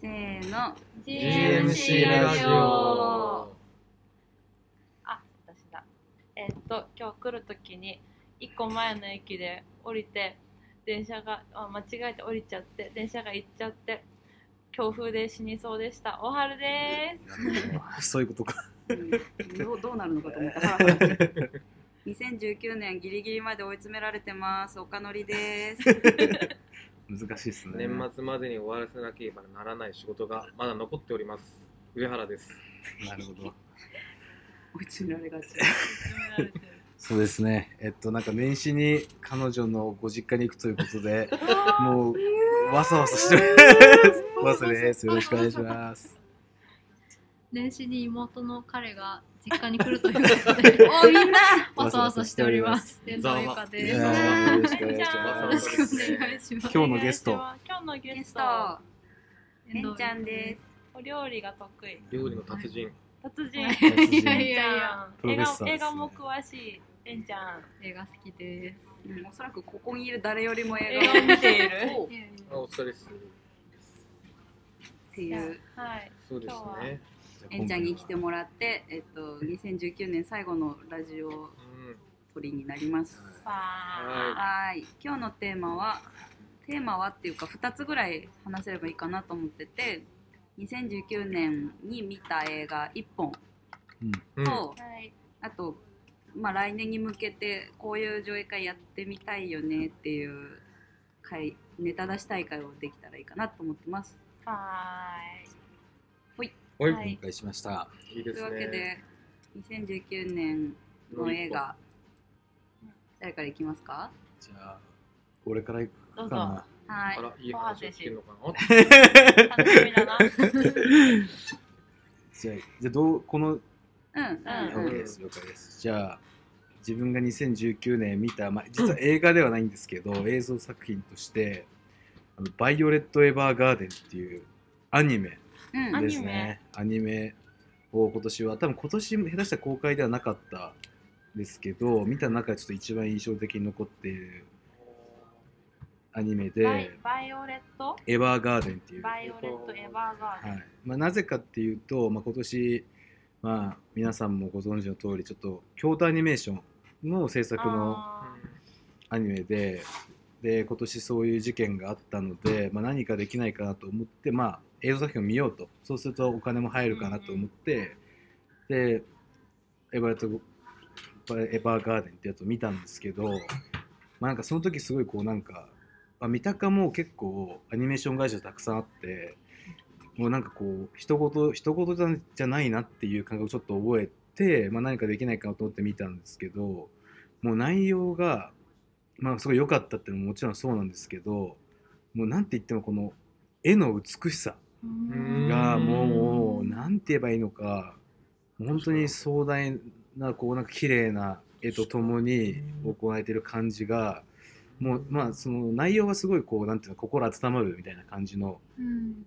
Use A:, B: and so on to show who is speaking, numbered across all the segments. A: せーの
B: GMC ラジオ
C: あ私だえっと今日来るときに1個前の駅で降りて電車があ間違えて降りちゃって電車が行っちゃって強風で死にそうでした大春で
D: そういうことか。
A: うん どうどうなるのかと思ったハラハラ する2019年ギリギリまで追い詰められてます岡のりです
D: 難しいですね。
B: 年末までに終わらせなければならない仕事がまだ残っております上原です
D: なるほど。
A: 追い詰められがち
C: す詰められてる
D: そうですね。えっと、なんか年始に彼女のご実家に行くというこ とで、もう、わさわさしてます。わさです。よろしくお願いします。
E: 年始に妹の彼が実家に来るということで
A: おみんな
E: わさわさしております天
B: ざ
E: 童
B: わ
E: ゆか
D: い
E: ですよ
D: やーよろしくお願いし
C: ざわ
E: ろ
D: ま
E: し
D: す。
E: くお願いします
D: 今日のゲスト
C: お願いします今日のゲ
A: ゲ
C: ス
A: ス
C: ト
A: トえんちゃんです
C: お料理が得意
B: 料理の達人
C: 達人
E: はい
D: 達人
E: いや
C: え
E: い
C: んち
E: やい
C: ゃ
E: や
C: ん
D: プロ
C: 映
D: レッサーです
C: 画
D: ね
C: 映画も詳しいえんちゃん
E: 映画好きです
A: うんおそらくここにいる誰よりも映画
C: 映
A: を
C: 画を
A: 見
C: 見
A: て
C: て
A: い
C: い
A: る
C: る
A: っ
E: いやいや
B: あお疲れです
A: ていう
C: はい
B: そうですね
A: えんちゃんに来てもらって、えっと、2019年最後のラジオ
B: うん
A: 撮りになります
C: わ
A: はい今日のテーマはテーマはっていうか2つぐらい話せればいいかなと思ってて2019年に見た映画1本
B: う
A: と、
B: ん
C: ーはい
A: あと、まあ、来年に向けてこういう上映会やってみたいよねっていう会ネタ出し大会をできたらいいかなと思ってます。
C: は
B: はい、、
C: はい
D: お迎えしました。
B: いで
A: とい
B: す
A: う
B: ね
A: わけで2019年の映画誰からいきますか
D: じゃあ、俺から行くかな。
A: はい
B: あらいい話を聞けるのかな
C: ーい楽しみだ な
D: じゃあ、じゃあどう、この
A: うんうん
C: う
A: うんん
D: OK です、了解です。じゃあ、自分が2019年見た、まあ、実は映画ではないんですけど、映像作品として、あのバイオレット・エヴァーガーデンっていうアニメ
A: うん
C: アニメ
D: ですね。アニメを今年は、多分今年も下手したら公開ではなかったですけど、見た中でちょっと一番印象的に残っているアニメ
C: バイ
D: で、
C: バイオレット
D: エヴァーガーデンっていう。
C: バイオレットエヴァーガーデ
D: は
C: ン
D: いまあ、なぜかっていうと、まあ、今年、まあ、皆さんもご存知の通りちょっと京都アニメーションの制作の
C: あ
D: アニメでで今年そういう事件があったので、まあ、何かできないかなと思って、まあ、映像作品を見ようとそうするとお金も入るかなと思って、でエヴァレットエヴァーガーデンってやつを見たんですけど、まあ、なんかその時すごいこうなんか、まあ、三鷹も結構アニメーション会社たくさんあってもうなんかこう人事人事じゃじゃないなっていう感覚をちょっと覚えて、まあ、何かできないかなと思って見たんですけどもう内容が、まあ、すごい良かったっていうのももちろんそうなんですけどもうなんて言ってもこの絵の美しさ
E: う
B: うん
E: ん
D: がもうなんて言えばいいのか本当に壮大なこうなんか綺麗な絵とともに行われてる感じがもうまあその内容がすごいこうなんていうの心温まるみたいな感じの
E: うん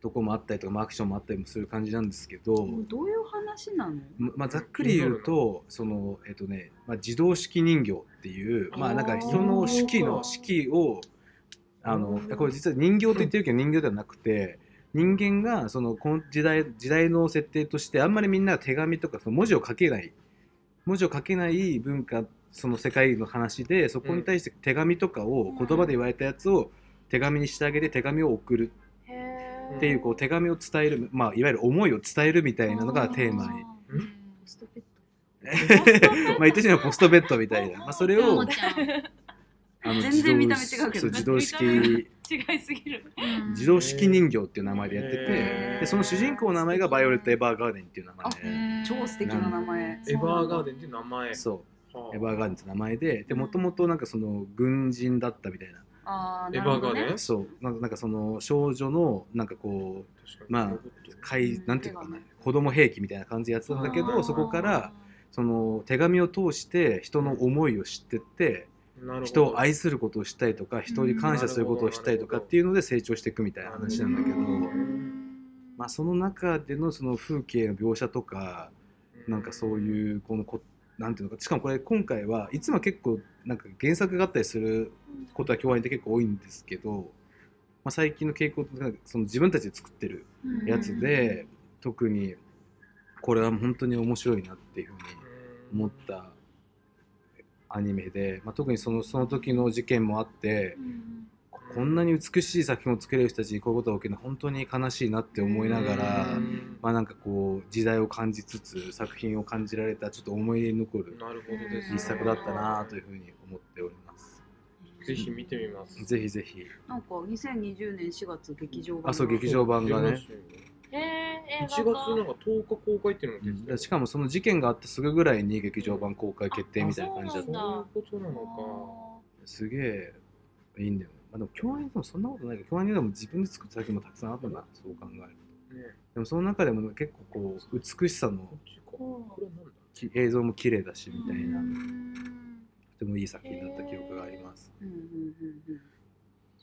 D: とこもあったりとかまあアクションもあったりもする感じなんですけど、
A: もうどういう話なの
D: ままあ、ざっくり言うとそのえっとね、まあ、自動式人形っていうまあなんか人の式の式をあの
B: うん
D: これ実は人形と言ってるけど人形ではなくて人間がそのこの時代時代の設定としてあんまりみんな手紙とかその文字を書けない文字を書けない文化その世界の話でそこに対して手紙とかを言葉で言われたやつを手紙にしてあげて手紙を送る
C: ーへー
D: っていうこう手紙を伝える、まあ、いわゆる思いを伝えるみたいなのがテーマに。
E: うんポストペッ
D: まあ言ってしまえばポストベッドみたいな、まあ、それ
E: ト
D: を
E: もちゃん
D: あの
A: 全然
D: 自動
A: 見た目違うけど
D: そう自動
C: 見
D: 式
C: 違いすぎる
E: うん
D: 自動式人形っていう 名前でやって
A: へ
D: て
A: ー
D: でその主人公の名前がバイオレット・エヴァーガーデンっていう名
E: へ
D: 前
E: ー
A: 超素敵な名前
B: エヴァーガーデンっていう名前
D: でそ
B: はあ
D: うエヴァーガーデンって名前ででもともとなんかその軍人だったみたいな
A: あー
B: エ
A: な
B: ヴ
A: る
B: ァー
A: ほ
B: ガ
A: ど
B: ーデ
A: ね
B: ン
D: そうなんかなんかその少女のなんかこう
B: 確かに
D: まあ怪なんていうのかな子供兵器みたいな感じでやってたんだけ
A: あ
D: ど
A: ー
D: そこからその手紙を通して人の思いを知ってって
B: なるほど
D: 人を愛することをしたりとか人に感謝することをしたりとかっていうので成長していくみたいな話なんだけど、
E: うん
D: まあ、その中でのその風景の描写とかなんかそう
B: う
D: いうこのこなんていうのかしかもこれ今回はいつもは結構なんか原作があったりすることは共演って結構多いんですけどまあ、最近の傾向としてはその自分たちで作ってる
E: うん
D: やつで、特にこれは本当に面白いなっていうふうに思ったアニメで、まあ、特にそのその時の事件もあって
E: うん
D: こんなに美しい作品を作れる人たちにこういうことが起きるのは本当に悲しいなって思いながら、
E: うん
D: まあなんかこう時代を感じつつ作品を感じられたちょっと思い出に残る
B: なるほどです、
A: うん
D: 一作だったなというふうに思っております。
B: ぜひ見てみます。
D: ぜひぜひ。
A: なんか2020年4月劇場版
D: あ、そう、劇場版が
B: 出ま
D: ね
B: す。よ
C: えー、映
B: 1月
C: 画
B: な
C: 化
B: んか10日公開っていうのが出てたよ
D: しかもその事件があってすぐぐらいに劇場版公開決定みたいな感じだ
C: も
D: っ
B: そうい
D: た。
B: うことなの
D: すげえいいんだよね。まあ、でも共演でもそんなことないけど、共演でも自分で作った作品もたくさんあったな、そう考えると。
B: か。ね
D: でもその中でも結構こう、美しさ
B: こ
D: の
B: っちか。これなんだ
D: き映像も綺麗だしみたいな、
E: う
D: と
E: ん
D: てもいい作品だった記憶があります。
A: うんうんうんうん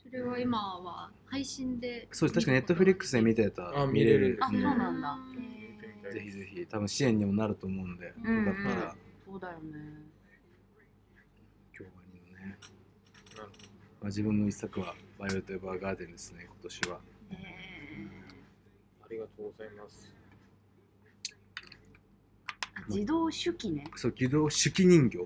E: それは今は配信で
D: そうです、確かネットフリックスで見てたら
B: あ
D: 見れる。
B: 見れるあ
A: そうなんだ
B: だ
D: ぜひぜひ、多分支援にもなると思うんで、よ
E: うん
D: かったら、
A: そうだよね
D: 今日はにのね、
B: なる
D: まあ、自分の一作は、バイオとエヴァーガーデンですね、今年は。
B: ほどありがとうございます。
A: 自動手記ね
D: そう、自動手記人形。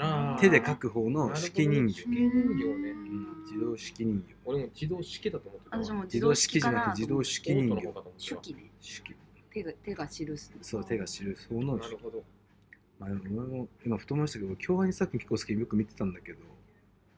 B: あー
D: 手で描く方の手記人形
B: な。るほどね手記人形
D: う
B: ね。
D: ん、自動手記人形。
B: 俺も自動式だと思ってたわ。
A: 私も
D: 自
A: 自
D: 動
A: 動
D: 式
A: 式
D: じゃ
A: か
D: なく
A: な
D: て自動式人
B: オートの
D: 形
B: 方かと思って
A: 手
B: た
A: 記ね
D: 式
A: 手が手が記す
D: そう手が知るその
B: なるほど。
D: まあ、俺も今太りましたけど京アニ作品結構好きでよく見てたんだけど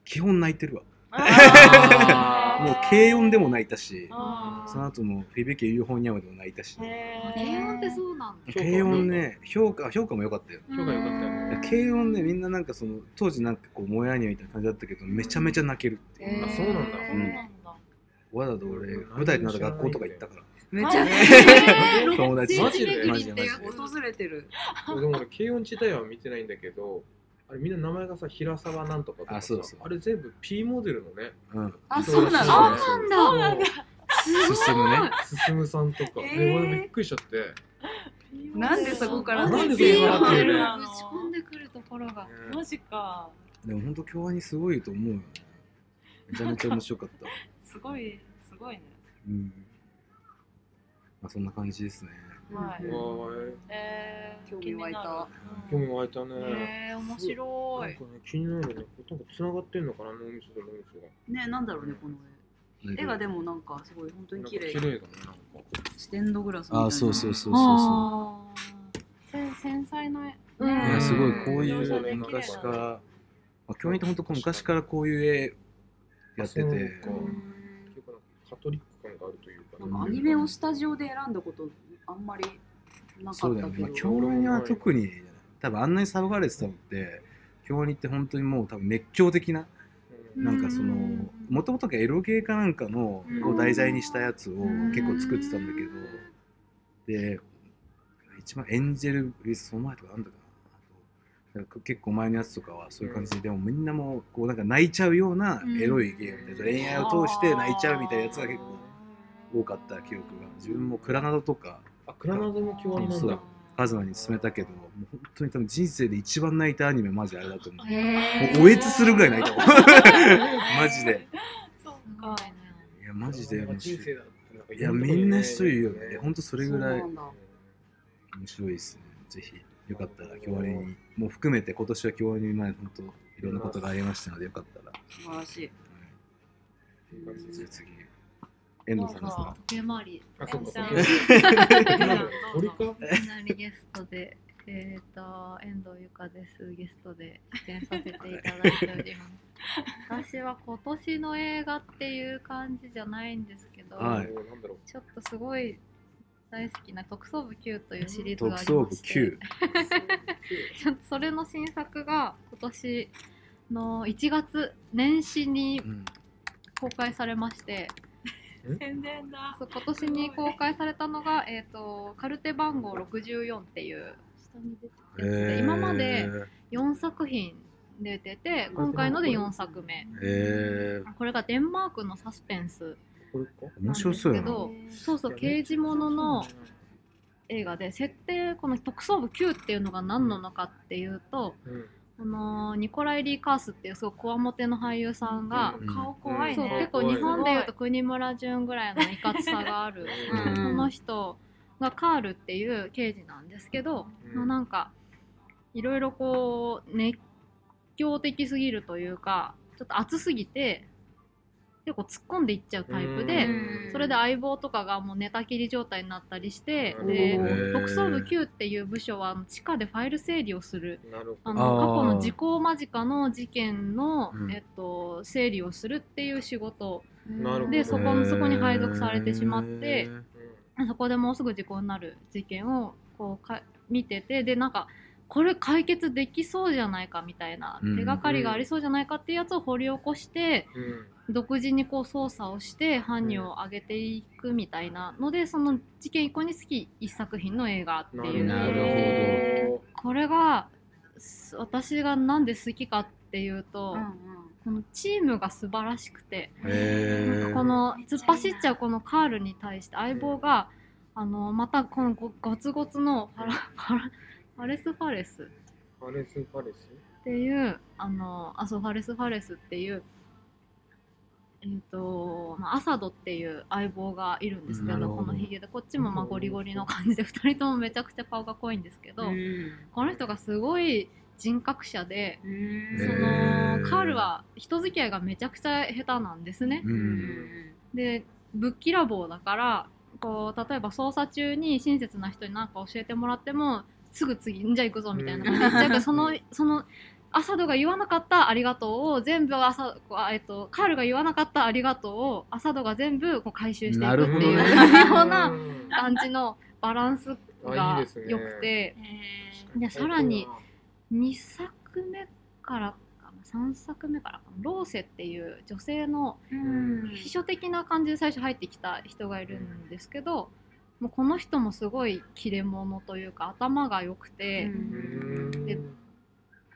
D: 基本泣いてるわ
B: あー
D: もう軽音でも泣いたし
C: あー
D: その後もフィビケ・ユーフォニアムでも泣いたし
C: へー
E: 低音ってそうなんだ
D: 軽音ね評価評価も良かったよ
B: 評価良かったよね
D: 軽音ねみんななんかその当時なんかこうモヤニみたいな感じだったけどめちゃめちゃ泣けるっていう、
B: あそうなんだ
C: そううんなんだ
D: わざと俺舞台のある学校とか行ったから
A: め
C: ち
A: ち
C: ゃ
A: ゃ
E: えー
D: 友達
E: 聖
B: マジ
E: 地
B: で
E: 巡りってやつ
A: 訪れてる
B: でも俺、軽音自体は見てないんだけど、あれみんな名前がさ、平沢なんとかとかさ
D: あそうそう
B: あれ全部 P モデルのね、
D: うん
A: あそうな
E: あ
A: の
E: そう
B: そう
E: なんだ
D: 進むね
B: 進むさんとか、
A: えー
B: で俺びっくりしちゃって、
A: なんでそこから
B: なんでそ
E: ピ
B: こ
E: ー
B: から
E: マ
B: ってい
E: ン
B: うね
E: ぶち込んでくるところが
C: マジか
D: でも本当京アニすごいと思うよねめちゃめちゃ面白かった
C: すごいすごいね
D: うん。まあそんな感じですね。
C: はい
B: うんわーい
C: えー、
A: 興味湧いた
C: 気
B: 興
C: になる
B: 味湧いたね。
E: えー面白
B: なん
E: い
B: かね、気になるね。なんか繋がってんのかな、脳みそと脳みそが。
A: ねなんだろうねこの絵絵がでもなんかすごい本当
B: なん
A: に
B: か
A: 綺
B: 綺麗
A: 麗
B: だね、なんか。
A: ステンドグラスみたいな
D: あ、そうそうそうそうそ
E: あーせ繊細なね
D: う。いやすごいこうい
B: うん
D: う昔から、まあ、教員って本当こう昔からこういう絵やってて、
B: そう
D: う
A: う
B: か
A: ん
B: 結構なんかカトリック感があるというか、
A: な
B: ね。
A: んかアニメをスタジオで選んだことあんまりなかったけど
D: そうだよね。まあ教員は特に多分あんなに騒がれてたのって。教員って本当にもう多分熱狂的な
B: うん
D: なんかその
E: うん
D: もともとがエロゲーかなんかの
B: うん
D: を題材にしたやつを結構作ってたんだけど
A: うん
D: で一番エンジェル・ウィズその前とかなんだかなあとなんか結構前のやつとかはそういう感じで、でもみんなもうこうなんか泣いちゃうようなエロいゲームで、
B: うん
D: 恋愛を通して泣いちゃうみたいなやつが結構多かった記憶が自分もクラナドとか
B: あ、クラナドも共演なん
D: そう
B: だ。
D: カズマに勧めたけどもう本当に多分人生で一番泣いたアニメマジあれだと思うも
E: へ
D: うおえつするぐらい泣いたもんマジで
C: そう
E: す
C: か
E: ごいね
D: いやマジで面
B: 人
D: 白
B: 生
D: い
B: だ。なんか
D: いやみんな一人いるよね
B: いや
D: 本当それぐらい
A: そうなん
D: 面
A: だ
D: 白いですねぜひよかったら今日にもう含めて今年は今日にまで本当いろんなことがありましたのでよかったら
A: 素晴らしい
D: じゃあ次、遠藤さんですか。
E: 時計回り
B: あ、そっか。
C: さん
B: そうか鳥か
E: いきなりゲストで、えっ、と、遠藤由香です。ゲストで出演させていただいております。私は今年の映画っていう感じじゃないんですけど、
D: はい
B: もうなんだろう。
E: ちょっとすごい大好きな特捜部 Q というシリーズがあ
D: 特
E: り
D: 捜
E: ま
D: 部
E: して、
D: 9。
E: ちょっとそれの新作が今年の1月年始に
D: うん
E: 公開されまして、
C: 宣伝だ
E: そう今年に公開されたのが、えっ、と、カルテ番号64っていう、下に出てるやつで今まで、4作品出てて今回ので4作目
D: えーえ
E: これがデンマークのサスペンス
B: これか。
D: ー、面白そうやな。
E: なんですけどそうそう刑事ものの映画で設定この特捜部9っていうのが何なのかっていうと
B: うん。
E: このニコライ・リー・カースっていうすごいこわもての俳優さんが、
D: うん
C: 顔怖い
E: そう
C: ね
E: 結構日本でいうと国村淳ぐらいのいかつさがある
A: うん
E: この人がカールっていう刑事なんですけど、
B: うん
E: のなんかいろいろこう熱狂的すぎるというかちょっと熱すぎて結構突っ込んでいっちゃうタイプで、
A: うん
E: それで相棒とかがもう寝たきり状態になったりして、
B: うん
E: で
A: お
D: ー
E: 特捜部9っていう部署は地下でファイル整理をする
B: なる
E: あ
B: ほど。
E: の
D: あー
E: 過去の時効間近の事件の、
D: うん
E: えっと、整理をするっていう仕事
B: なるほど
E: でそこそこに配属されてしまって
D: うん
E: そこでもうすぐ時効になる事件をこうか見ててでなんかこれ解決できそうじゃないかみたいな、
D: うん
E: 手がかりがありそうじゃないかっていうやつを掘り起こして
B: うん
E: 独自にこう捜査をして犯人を挙げていくみたいなのでその事件以降につき1作品の映画って
B: な
E: いう
B: る
D: な
B: ほど
D: るほど
B: へー。
E: これがす私がなんで好きかっていうと、このチームが素晴らしくて、
D: へ
E: なん
D: ー
E: かこの突っ走っちゃうこのカールに対して相棒が、あのまたこのごゴツゴツのファラ ファラファレス・ファレスっ
B: ファレスファレス。
E: ていうあのあそうファレス・ファレスっていう。えーとまあ、アサドっていう相棒がいるんですけ
D: なる
E: ど
D: ほど
E: このひげでこっちもまあゴリゴリの感じで2人ともめちゃくちゃ顔が濃いんですけど、この人がすごい人格者で、そ
D: へ
E: の
D: ー
E: カールは人付き合いがめちゃくちゃ下手なんですね。
D: うん
E: でぶっきらぼうだからこう例えば捜査中に親切な人に何か教えてもらってもすぐ次んじゃあ行くぞみ たいな感じで
A: うん
E: 言っちゃうからそのそのアサドが言わなかったありがとうを全部アサこうあえっと、カールが言わなかったありがとうをアサドが全部こう回収していくっていう
D: なる
E: 微妙 な
B: うん
E: 感じのバランス
B: あいい
E: が
B: ですね
E: 良くて
C: え
E: でさらに2作目からかな3作目からかなローセっていう女性の秘書的な感じで最初入ってきた人がいるんですけど、もうこの人もすごい切れ者というか頭が良くて、
B: うん
E: で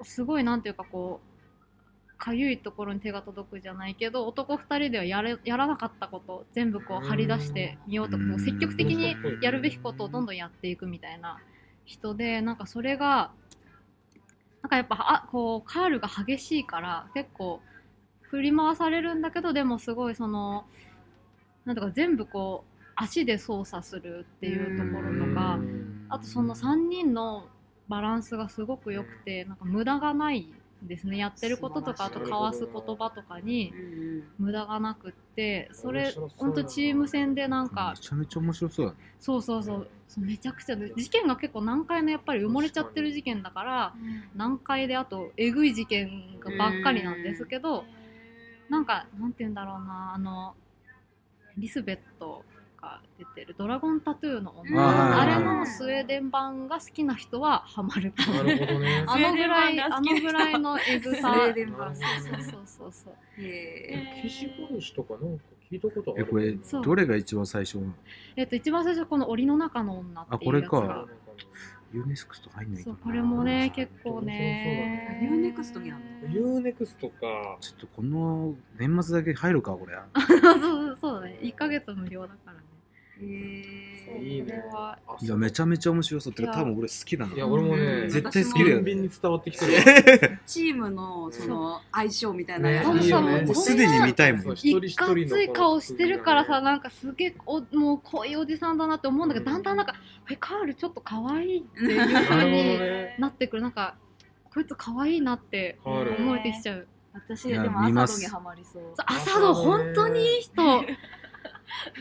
E: すごいなんていうかこうかゆいところに手が届くじゃないけど男2人ではやれやらなかったことを全部こう張り出してみようとか
D: うん
E: こう積極的にやるべきことをどんどんやっていくみたいな人でなんかそれがなんかやっぱあこうカールが激しいから結構振り回されるんだけどでもすごいそのなんとか全部こう足で操作するっていうところとか
B: うん
E: あとその3人のバランスがすごく良くてなんか無駄がないんですねやってることとかあと
B: 素晴らしい
E: 交わす言葉とかに無駄がなくってそ
B: 面
E: れ
B: 白そうだな
E: ほんとチーム戦でなんか
D: めちゃめちゃ面白そうだね
E: そうそうそうそうめちゃくちゃで事件が結構難解のやっぱり埋もれちゃってる事件だから難解であとえぐい事件がばっかりなんですけどなんかなんて言うんだろうなあのリスベットが出てる「ドラゴンタトゥーの女」
D: あー
E: あれのスウェーデン版が好きな人はハマる
B: なるほどね。
E: あのぐらい
C: スウェーデン版が
E: あ
C: 好きな
E: のぐ
C: 人
E: らいのえぐさ
A: スウェーデン版
E: そうそうそうそう
A: へ
B: 騎士殺しとかなんか聞いたことあ
D: え
B: る。
D: これ
E: そう
D: どれが一番最初なの
E: えっと一番最初この「檻の中の女」っていうやつ
D: あこれ
E: が
D: かユネスクと入んないか
E: そう
D: な
E: これもね結構
A: そ
E: ね
A: うそうそうユーネクストにあん
B: ユーネクストか。
D: ちょっとこの年末だけ入るかこれ
E: そうそうそうだね1ヶ月無料だからね
A: え
B: いいね。
E: これは
B: あ
D: いやめちゃめちゃ面白そうって
E: いや
D: 多分俺好きだない
B: や俺もね、
D: 絶対好きだよ
B: ビンビン
D: ね
B: に伝わってきてる。
A: チームのその相性みたいな
D: ね
A: やつ
E: そう
B: いいよね
D: もうすでに見たいもん
B: 一
E: い
B: 人一
E: か
B: 人の
E: つい顔してるから
B: こ
E: さ
B: の
E: なんかすげえおもう濃いおじさんだなって思うんだけどだんだんなんか「えカールちょっと可愛いっていう
B: なる
E: 風
B: ほど
E: に
B: ね。
E: なってくるなんかこいつ可愛いなって
B: カール
E: 思えてきちゃう
A: 私
D: い
A: で
D: や
A: も朝
D: 見ま
A: ド
D: す
A: にハマりそう
E: そう朝の本当にいい人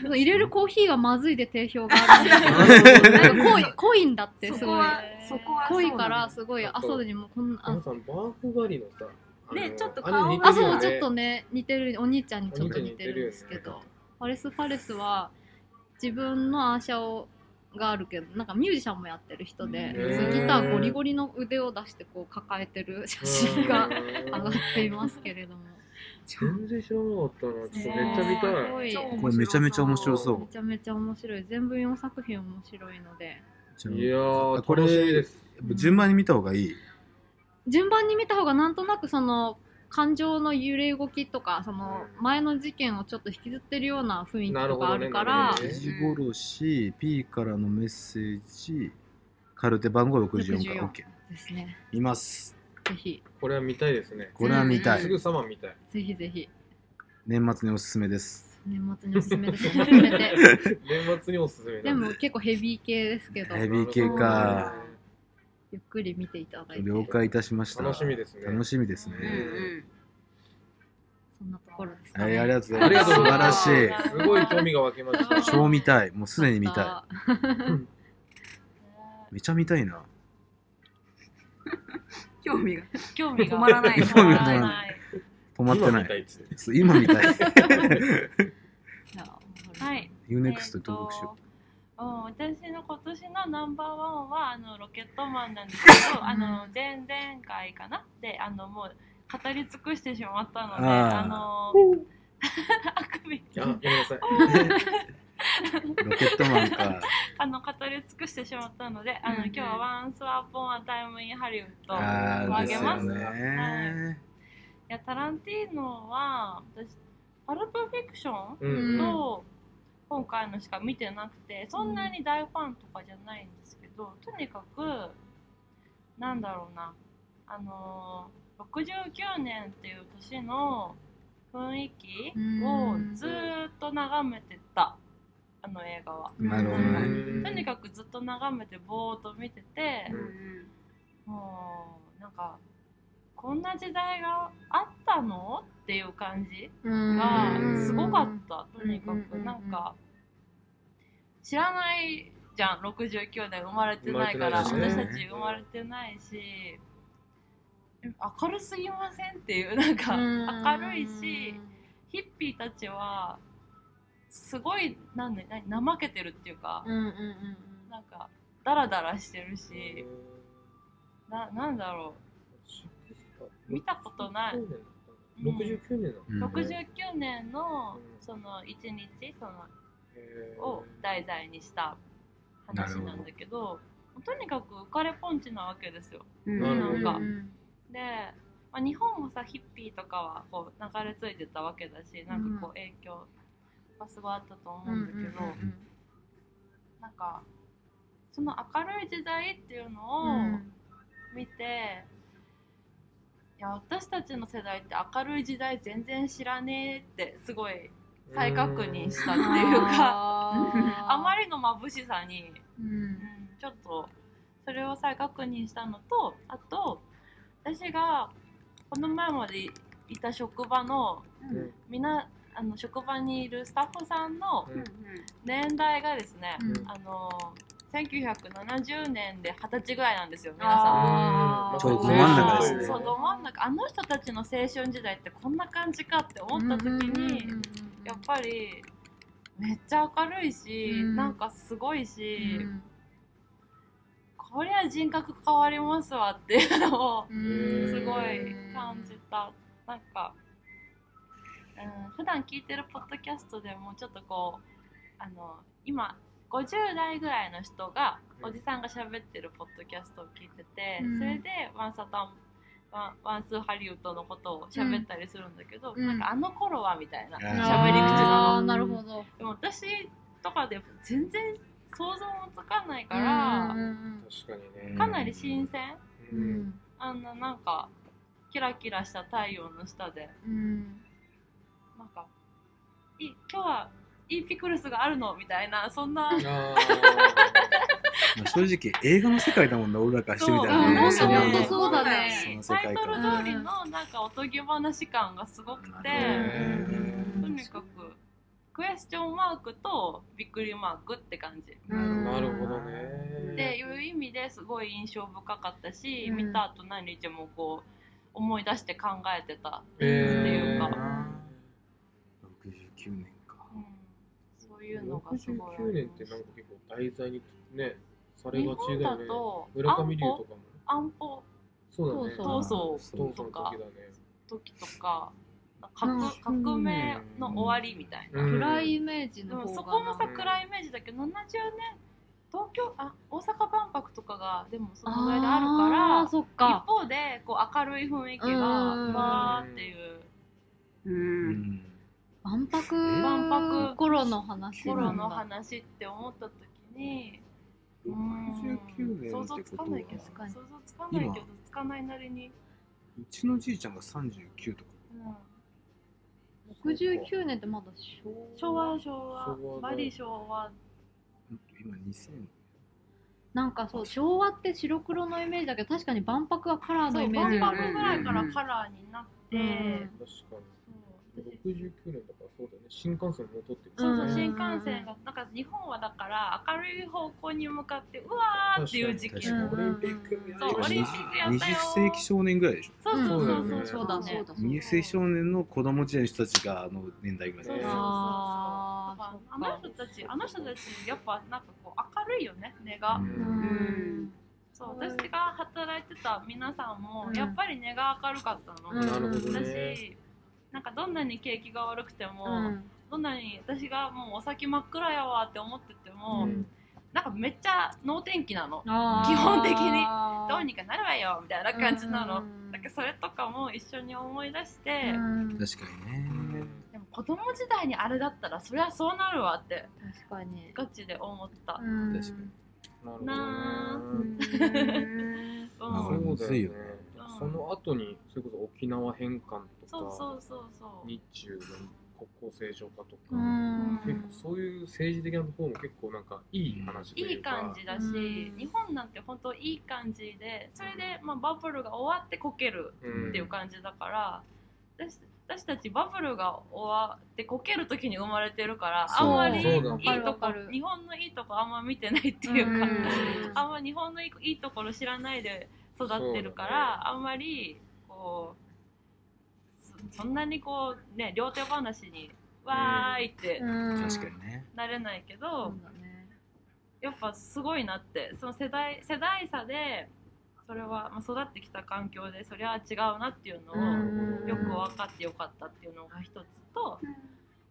E: 入れるコーヒーがまずいで定評があるんだけどなんか濃い濃いんだってす
A: そ
E: ご
A: こ
E: い
A: はそこは
E: 濃い
A: そう
E: か
A: な
E: ら
A: の
E: すごい
B: あと
E: 朝にもこん
B: 皆
E: な
B: さんバーフバリのさ、あの
A: ねちょっと顔
B: あれ似て
E: あ
B: るよ
E: そう
B: ね
E: ちょっとね似てるお兄ちゃんにちょっ
B: お兄ちゃ
E: と
B: ん
E: 似
B: に
E: てるんですけ
B: 似てるよ
E: どファレス・ファレスは自分のアーシャをがあるけどなんかミュージシャンもやってる人で
B: へー
E: ギターゴリゴリの腕を出してこう抱えてる写真が 上がっていますけれども
B: 全然知らなかったな。ちょっとめっちゃ見
E: す
A: 超
B: たい。
E: ごい
A: 面白そう
D: これ
E: め
D: めちゃめちゃ面白そ
E: ちゃめちゃ面白い全部4作品面白いので
D: う
B: いやー、
D: これ
B: 楽しみです。
D: 順番に見た方がいい
E: 順番に見た方がなんとなくその感情の揺れ動きとかその前の事件をちょっと引きずってるような雰囲気
B: なる
E: と
B: ほど
E: か
B: ね
E: ある
B: な
E: か
B: る
E: ら
B: ほどね
D: 時殺し P からのメッセージカルテ番号64
E: 64
D: から OK
E: ですね
D: 見ます
E: ぜひ
B: これは見たいですね。
D: これは見た
E: うん
B: す
D: い
B: ぐさま見たい。
E: ぜひぜ ひ
D: 年末におすすめです
E: 年末におすすめですまとめて
B: 年末におすすめ
E: で
B: なん
E: も結構ヘビー系ですけど
D: ヘビー系か
E: ゆっくり見ていただいて
D: 了解いたしました
B: 楽しみですね
D: 楽しみですね
A: うんうん
E: そんなところです
D: はいありがとうござ
B: あ
D: い
B: り
D: ま
B: が
D: す
B: とうご
D: 素
B: ざい
D: 晴
B: ま
D: ら
B: す。
D: しい
B: すごい興味が湧きました。
D: 超見たいもうすでに見た
E: い
D: いめちゃ見たいな
A: 興味が
C: 興味が
A: 止まらない
D: 興味が止まら
C: な。
D: ない止まって
B: 今
D: な
B: 見たい
D: い
B: っつって
D: そう今見たい
E: じゃあ
C: はい。
D: UNEXT に登録しよ
C: えーとうん、私の今年のナンバーワンはあのロケットマンなんですけど、 あの前々回かなであのもう語り尽くしてしまったので、
D: あー
C: あのあくび
B: あ、ごめんなさい。
D: うロケットマンか
C: あの語り尽くしてしまったので、あの、
E: うんうん
C: 今日はワンスワポンアタイムインハリウッドを
D: あー
C: あ
D: で
C: げ
D: す
C: ま
D: よ
C: す。
D: ね
C: いやタランティーノは私パルプフィクション
B: う
E: うん
B: ん。
C: と今回のしか見てなくてそんなに大ファンとかじゃないんですけどとにかくなんだろうなあのー69年っていう年の雰囲気をずーっと眺めてたあの映画は。
D: なるほど
B: う
D: ね
B: ん
C: とにかくずっと眺めてぼーっと見てて
A: うん
C: もうなんかこんな時代があったのっていう感じが
B: うん
C: すごかったとにか
E: うんうんう
C: く
E: ん
C: なんか知らないじゃん69年生まれてないから
D: 生ま
C: 私
D: れてな
C: た
D: いですね
C: ち生まれてないし明るすぎませんっていうなんか明るいしヒッピーたちはすごいなんだ何怠けてるっていうか
E: うんうんうん
C: なんかダラダラしてるしななんだろう見たことない
B: 六十九年だ。
D: うん
C: 69年の
B: うん
C: その1日その
B: へー
C: を題材にした話なんだけどとにかく浮かれポンチなわけですよ。
A: うん
B: なる
E: う
B: ほ
E: ん
B: ど
C: なんかで、まあ、日本もさヒッピーとかはこう流れ着いてたわけだしなんかこう影響がすごいあったと思うんだけど、なんかその明るい時代っていうのを見て。いや私たちの世代って明るい時代全然知らねえってすごい再確認したっていうか あま
E: り
C: りの眩しさに、うん、ちょっとそれを再確認したのとあと私がこの前までいた職場の
B: うん
C: みなあの職場にいるスタッフさんの
B: うん
C: 年代がですね、
B: うん
C: あの1970年で20歳ぐらいなんですよ皆さん。
E: あー
D: ちょうどど真ん中ですね
C: そうど真ん中あの人たちの青春時代ってこんな感じかって思った時に、やっぱりめっちゃ明るいし、
E: うん
C: なんかすごいし、こりゃ人格変わりますわって いうのを
B: うん
C: すごい感じたなんか、うん、普段聞いてるポッドキャストでもちょっとこうあの今50代ぐらいの人がおじさんが喋ってるポッドキャストを聞いてて、
E: うん
C: それでワンサタンワンワンスーハリウッドのことを喋ったりするんだけど、
E: うん
C: なんかあの頃はみたいな
D: あー
C: 喋り口なの
E: あーなるほど
C: でも私とかで全然想像もつかないから、
B: 確かにね。
C: かなり新鮮
E: うんうん
C: あんななんかキラキラした太陽の下で
E: うん
C: なんかい今日はいいピクルスがあるのみたいなそん な
B: あ
D: まあ正直映画の世界だもんな俺らからしてみたら
E: うん
D: ね
E: そう
D: の
E: 本当そうだ
D: そ
E: ね
D: の世
C: タイ
D: 界
C: トル
D: 観
C: 通りのなんかおとぎ話感がすごくて、
B: へ
E: ー
C: とにかくクエスチョンマークとびっくりマークって感じ。
B: ーなるほど
C: って
B: ね。
C: いう意味ですごい印象深かったし、
E: うん
C: 見た後何日もこう思い出して考えてた、っ
B: え
C: ていう
B: ー
D: 69年か
C: うんそういうのがすごいあ
B: 69
C: りま
B: 年っ
C: してた
B: なんか結構題材にねされ
C: 日
B: がち
C: 本
B: だ
C: だ
B: よね。
C: と
B: 村
C: 安
B: 上龍と
C: 保
B: かも。
C: 安保
B: そうだね。
E: そう
C: そう
B: 闘争
C: と
B: の
C: か
B: 時だね。
C: 時とか革革命の終わりみたいな、
B: うん
E: 暗いイメージ
C: で
E: の
C: も
E: 方が
C: そこもさ
B: うん
C: 暗いイメージだけど70年東京あ大阪万博とかがでもそのぐらいであるから
E: そっ
C: 一
E: か
C: 方でこう明るい雰囲気が
E: うん
C: わーっていう
A: う
D: うんん
E: 万博
C: 万博
E: 頃の話なんだ
C: 頃の話って思った時にうーん
D: 69年ってことは
C: 想像つかないけど
E: 確かに
C: 想像つかないけどつかないなりに
D: ちのじいちゃんが39とか
E: 69年ってまだ昭
C: 昭和
E: 和
C: 昭和
B: 昭和だ
C: バリ昭和
D: うん今2000
E: なんかそう昭和って白黒のイメージだけど確かに万博はカラー
C: そ
E: のイ
C: う
E: メージ
C: 万
E: があ
C: 博
E: る
C: ぐらいからカラーになって、
E: うん
B: 確か
C: そう
B: に
C: 私
B: 69年だからそうだよね新幹線も通ってる
E: うん
C: そうそう新幹線がなんか日本はだから明るい方向に向かってうわーっていう時期
E: 確
C: の
E: かに
B: オリンピックやり
C: そう
B: ま
C: オ
B: し
C: リン
B: た
C: ピックやったよ
D: 20世紀少年ぐらいでしょ
C: そうそうそうそう、
B: うん
E: そうだね
A: だ
D: 20世紀少年の子供時代の人たちがあの年代ぐらい
C: そうそうそう
D: だよね
C: そう
E: あー
C: だから
E: そっか
C: あの人たちあの人たちやっぱなんかこう明るいよね根が、
D: うん
E: うん
C: そう私が働いてた皆さんも
E: うん
C: やっぱり根が明るかったの、
E: うん
B: なるほど
C: だ
B: ね
C: しなんかどんなに景気が悪くても、
E: うん
C: どんなに私がもうお先真っ暗やわって思ってても、
E: うん
C: なんかめっちゃ能天気なの
E: あー
C: 基本的にどうにかなるわよみたいな感じなの、
E: うん
C: だからそれとかも一緒に思い出して、
E: うん
D: 確かにね
C: でも子供時代にあれだったらそりゃそうなるわって
E: 確かに
C: ガチで思った、
E: うん
D: 確かに
B: な
C: な
B: るほど
A: うん
C: う
B: ね
D: なるほ
C: ん
D: ど
B: そうだよね
C: うん
B: その後にそれこそ沖縄返還と
C: そうそ
B: か
C: うそうそう
B: 日中の国交正常化と
E: う
B: か
E: ん
B: 結構そういう政治的なところも結構なんかいい話と
C: い
B: い
C: いう
B: か
C: 感じだし、
E: うん
C: 日本なんて本当いい感じでそれで、まあ、バブルが終わってこける
B: うん
C: っていう感じだから、私私たちバブルが終わってこける時に生まれてるからあ
D: そ
C: ん
D: う
C: まりいい
B: そうだね
C: と
E: わか
C: こ
E: るわかる
C: 日本のいいとこあんま見てないっていうか、
E: うん
C: あんま日本のいいいいところ知らないで育ってるから、あんまりこうそそんなにこうね両手話にわーいって
D: 確かにね
C: なれないけど。
E: そうだね
C: やっぱすごいなってその世代世代差でそれは、まあ、育ってきた環境でそれは違うなっていうのを
E: うん
C: よく分かってよかったっていうのが一つと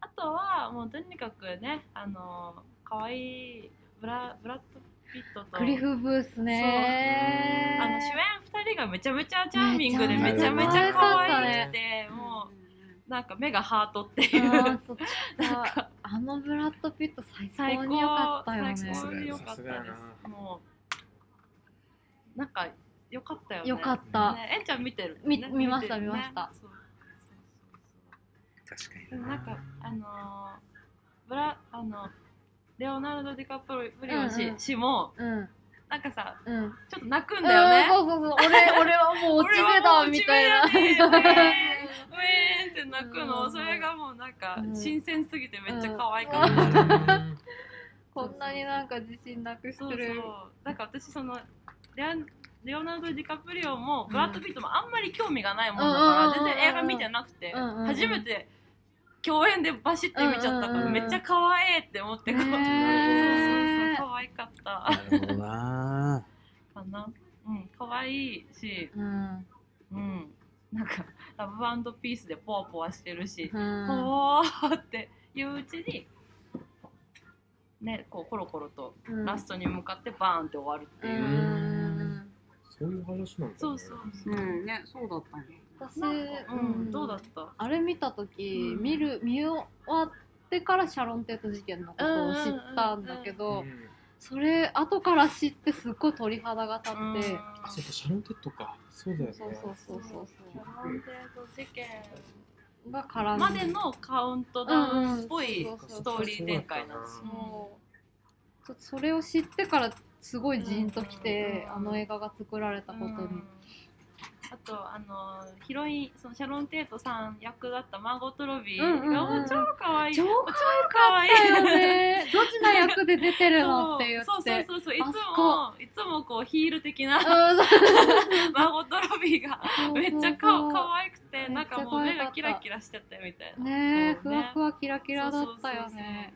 C: あとはもうとにかくねあの可愛いブラブラッド・ピットと
E: クリフ・ブースね
C: あの主演2人がめちゃめちゃチャーミングで
D: め
C: め
D: ち
C: ち
D: ゃ
C: ゃ
D: め
C: め
D: ちゃ
C: ちゃ可愛
E: 可愛かった
C: くて、もうなんか目がハートっていう
E: あーそっ かあのブラッド・ピット最
C: 最
E: 高
C: 高
E: に良かったよね
C: 最高に良かった
B: さすがや
C: で
B: な
C: すもうなんか良かったよね
E: 良かった、
C: ね、えんちゃん見てる、
E: み
C: ね
E: 見ました
C: てる
E: 見ました
C: そうそうそうそ
D: 確かに
C: うでもなんかあのーブラあのレオナルド・ディカプリオ
E: うんうん
C: 氏氏も
E: うん
C: なんかさ
E: うん
C: ちょっと泣くん
E: うん
C: だよね
E: そうそうそ う俺俺はもう落ち目だみたいな
C: 俺はもう落ち目だねウェーンって泣く
E: うんうんう
C: の
E: ん
C: それがもうなんか
E: うん
C: 新鮮すぎてめっちゃ可愛か
E: う
C: っ
E: ん
C: た
B: うん
E: こんなになんか自信なくして
C: そうそう
E: る
C: なんか私そのレアレオナルド・ディカプリオもブラッド・ピットもあんまり興味がないもんだから、
E: うんうんうんうんうん
C: 全然映画見てなくて、
E: うんうんうん
C: 初めて共演でバシッて見ちゃったから、
E: うんうんうん
C: めっちゃ可愛いって思って、
E: ね
C: こうそうそう
E: え
C: そう可愛かった
D: なるほどな
C: かなうん可愛いし
E: うん
C: うんなんかラブピースでポワポワしてるし、
E: うん
C: ポワーっていううちにねこうコロコロと
E: うん
C: ラストに向かってバーンって終わるって
E: う
C: いう。
E: ん
B: そういう話なんだね
C: そうそうそうう。
A: んねそうだったんだ
E: 私
C: なんかうん、どうだった？
E: あれ見た時、
C: うん
E: 見る見終わってからシャロン・テート事件のことを知ったんだけど、
B: うん
E: それ後から知ってすっごい鳥肌が立
C: うん
E: って、
B: あそうかシャロンテッドかそうだよね
E: そうそうそうそう
C: キャ
E: そ
C: ロンデード事件
E: うが絡ん
C: までのカウントダウンっぽい
E: うんうんそうそうそう
C: ストーリー展開なんですよ。
E: そうちょっとそれを知ってからすごいジーンときて、
C: うん
E: あの映画が作られたことに、
C: あとあのヒロインそのシャロン・テートさん役だったマーゴット・ロビー
E: うんうん
C: が
E: うん
C: もう超可愛い
E: 超
C: 可愛い
E: だよねどっちな役で出てるのって言って
C: そうそうそうそういつ
E: あ
C: もいつもこうヒール的な
E: うんそう
C: マーゴット・ロビーが
E: そう
C: めっちゃか可愛くて
E: め
C: な
E: っ
C: ん
E: ちゃ可愛かっ
C: か
E: た
C: もう目がキラキラしちゃってみたいな。
E: ねえ
C: そう
E: ふわふわキラキラだったよね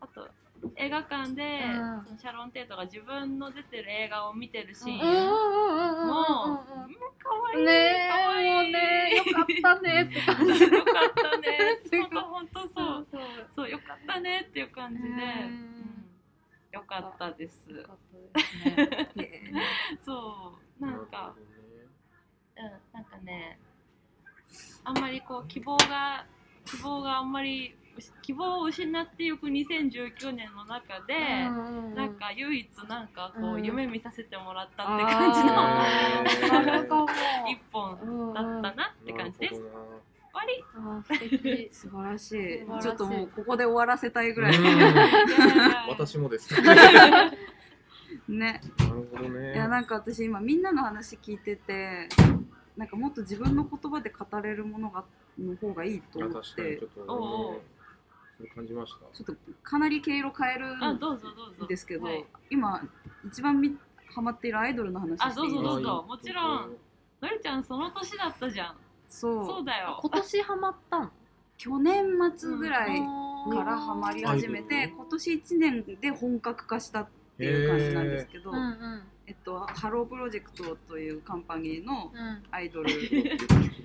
C: そうそうそうそうあと映画館で、
E: うん
C: そのシャロン・テートが自分の出てる映画を見てるシー
E: う
C: ン、
E: ん
C: う、
E: うんん
C: か
E: うんうんうん
C: も
E: うん
C: わいい
E: ね
C: かわい
E: えもう
C: い
E: ねよかったねって感じ
C: よかったね
E: すごい
C: 本当本当そう
E: そう
C: そうよかったねっていう感じで、
E: うん
C: うんよかったです
E: よかったですね
C: そう
B: な
C: な
B: るほ
C: んか、
B: どね
C: うん、なんかねあんまりこう希望が希望があんまり希望を失っていく2019年の中で、
E: うんうんうん
C: なんかが唯一なんかこ
E: う
C: うん夢見させてもらったって感じの
E: あーなるほど
C: 一本だったなって感じです。終わり
E: あー素敵
A: 素晴らしい
E: 素晴らしい
A: ちょっともうここで終わらせたいぐらい、
B: うん
C: いやいやいや
B: 私も です。なる
A: ね
B: ほどね。
A: いやなんか私今みんなの話聞いててなんかもっと自分の言葉で語れるものがの方がいいと
B: いや
A: 思っ
B: 確かに
A: て
B: ちょっと、ね、
C: おうおう
B: それ感じました。
A: ちょっとかなり毛色変え
C: あ
A: る
C: どうぞどうぞ。
A: んですけど、
C: はい
A: 今一番みハマっているアイドルの話していい
C: どうぞ
B: あいい
C: もちろんのりちゃんその年だったじゃん。
A: そう
C: そうだよ。
E: 今年ハマったの
A: 去年末ぐらいか
E: から
A: ハマり始め
B: アイ
A: て
B: ドル
A: 今年1年で本格化したっていう感じなんですけど、
E: うんうん
A: えっと、ハロープロジェクトというカンパニーの
E: うん
A: アイドル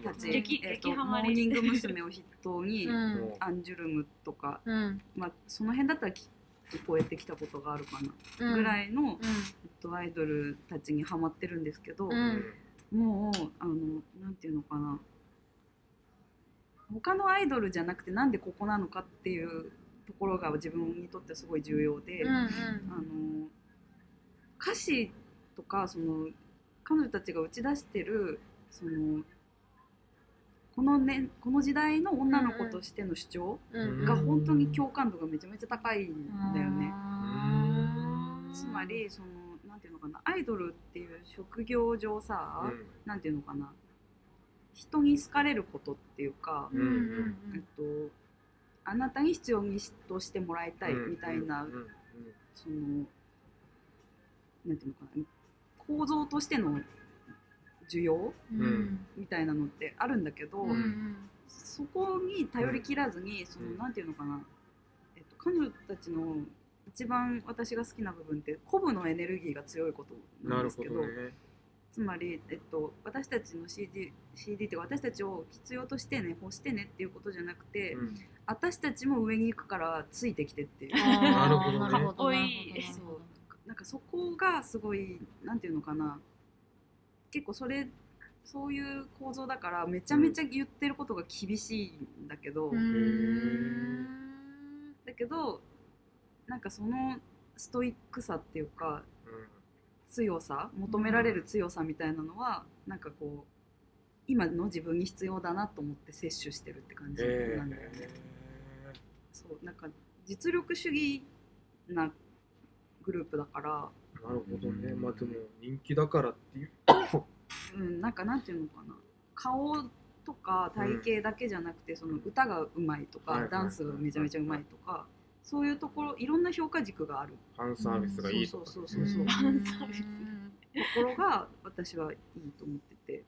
A: たち、
C: 激
A: えっと、
C: 激ハ
A: モ
C: マり
A: ーニング娘。を筆頭に、
E: うん
A: アンジュルムとか、
E: うん
A: まあ、その辺だったらき聞こえてきたことがあるかな、
E: うん
A: ぐらいの、
E: うん
A: えっと、アイドルたちにハマってるんですけど、
E: うん
A: もうあのなんていうのかな他のアイドルじゃなくてなんでここなのかっていうところが自分にとってすごい重要で、
E: うん
A: あ
E: うん
A: の歌詞とかその彼女たちが打ち出してるそのこの,、ね、この時代の女の子としての主張
E: うんうん
A: が本当に共感度がめちゃめちゃ高いんだよね。
E: あー
A: つまりそのなんていうのかなアイドルっていう職業上さ、なんていうのかな人に好かれることっていうか、
E: うんうんう
A: えっ
E: ん
A: と、あなたに必要にしとしてもらいたいみたいな、
B: うんうんうん
A: そのなんていうのかな構造としての需要
B: うん
A: みたいなのってあるんだけど、
E: うんうん
A: そこに頼り切らずに、その
B: うん
A: なんていうのかな、えっと、彼女たちの一番私が好きな部分って鼓舞のエネルギーが強いこと
B: うん
A: な
B: な
A: で
B: んる
A: す
B: ほ
A: け
B: ど
A: ど
B: ね。
A: つまり、えっと、私たちの CD, CD って私たちを必要としてね欲してねっていうことじゃなくて、
B: うん
A: 私たちも上に行くからついてきてっていう
E: あー
B: なるほどね
E: なる
C: か
E: ほど
C: っこいい
E: なるほど
A: なんかそこがすごいなんていうのかな結構それそういう構造だからめちゃめちゃ言ってることが厳しいんだけど、
E: うーん
A: だけどなんかそのストイックさっていうか強さ求められる強さみたいなのは、なんかこう今の自分に必要だなと思って摂取してるって感じ
B: え
A: なんだよね。そうなんか実力主義なグループだから、
B: なるほどね。まあでも人気だからっていう。
A: うん、なんかなんていうのかな顔とか体型だけじゃなくて、その歌がうまいと
B: はい
A: か、
B: は
A: ダ
B: い
A: ンスがめちゃめちゃうまいとか、そういうところいろんな評価軸がある
B: ファンサービスがいいとか。
A: そうそうそう
E: うん
A: フ
C: ァンサービス
A: ところが私はいいと思ってて。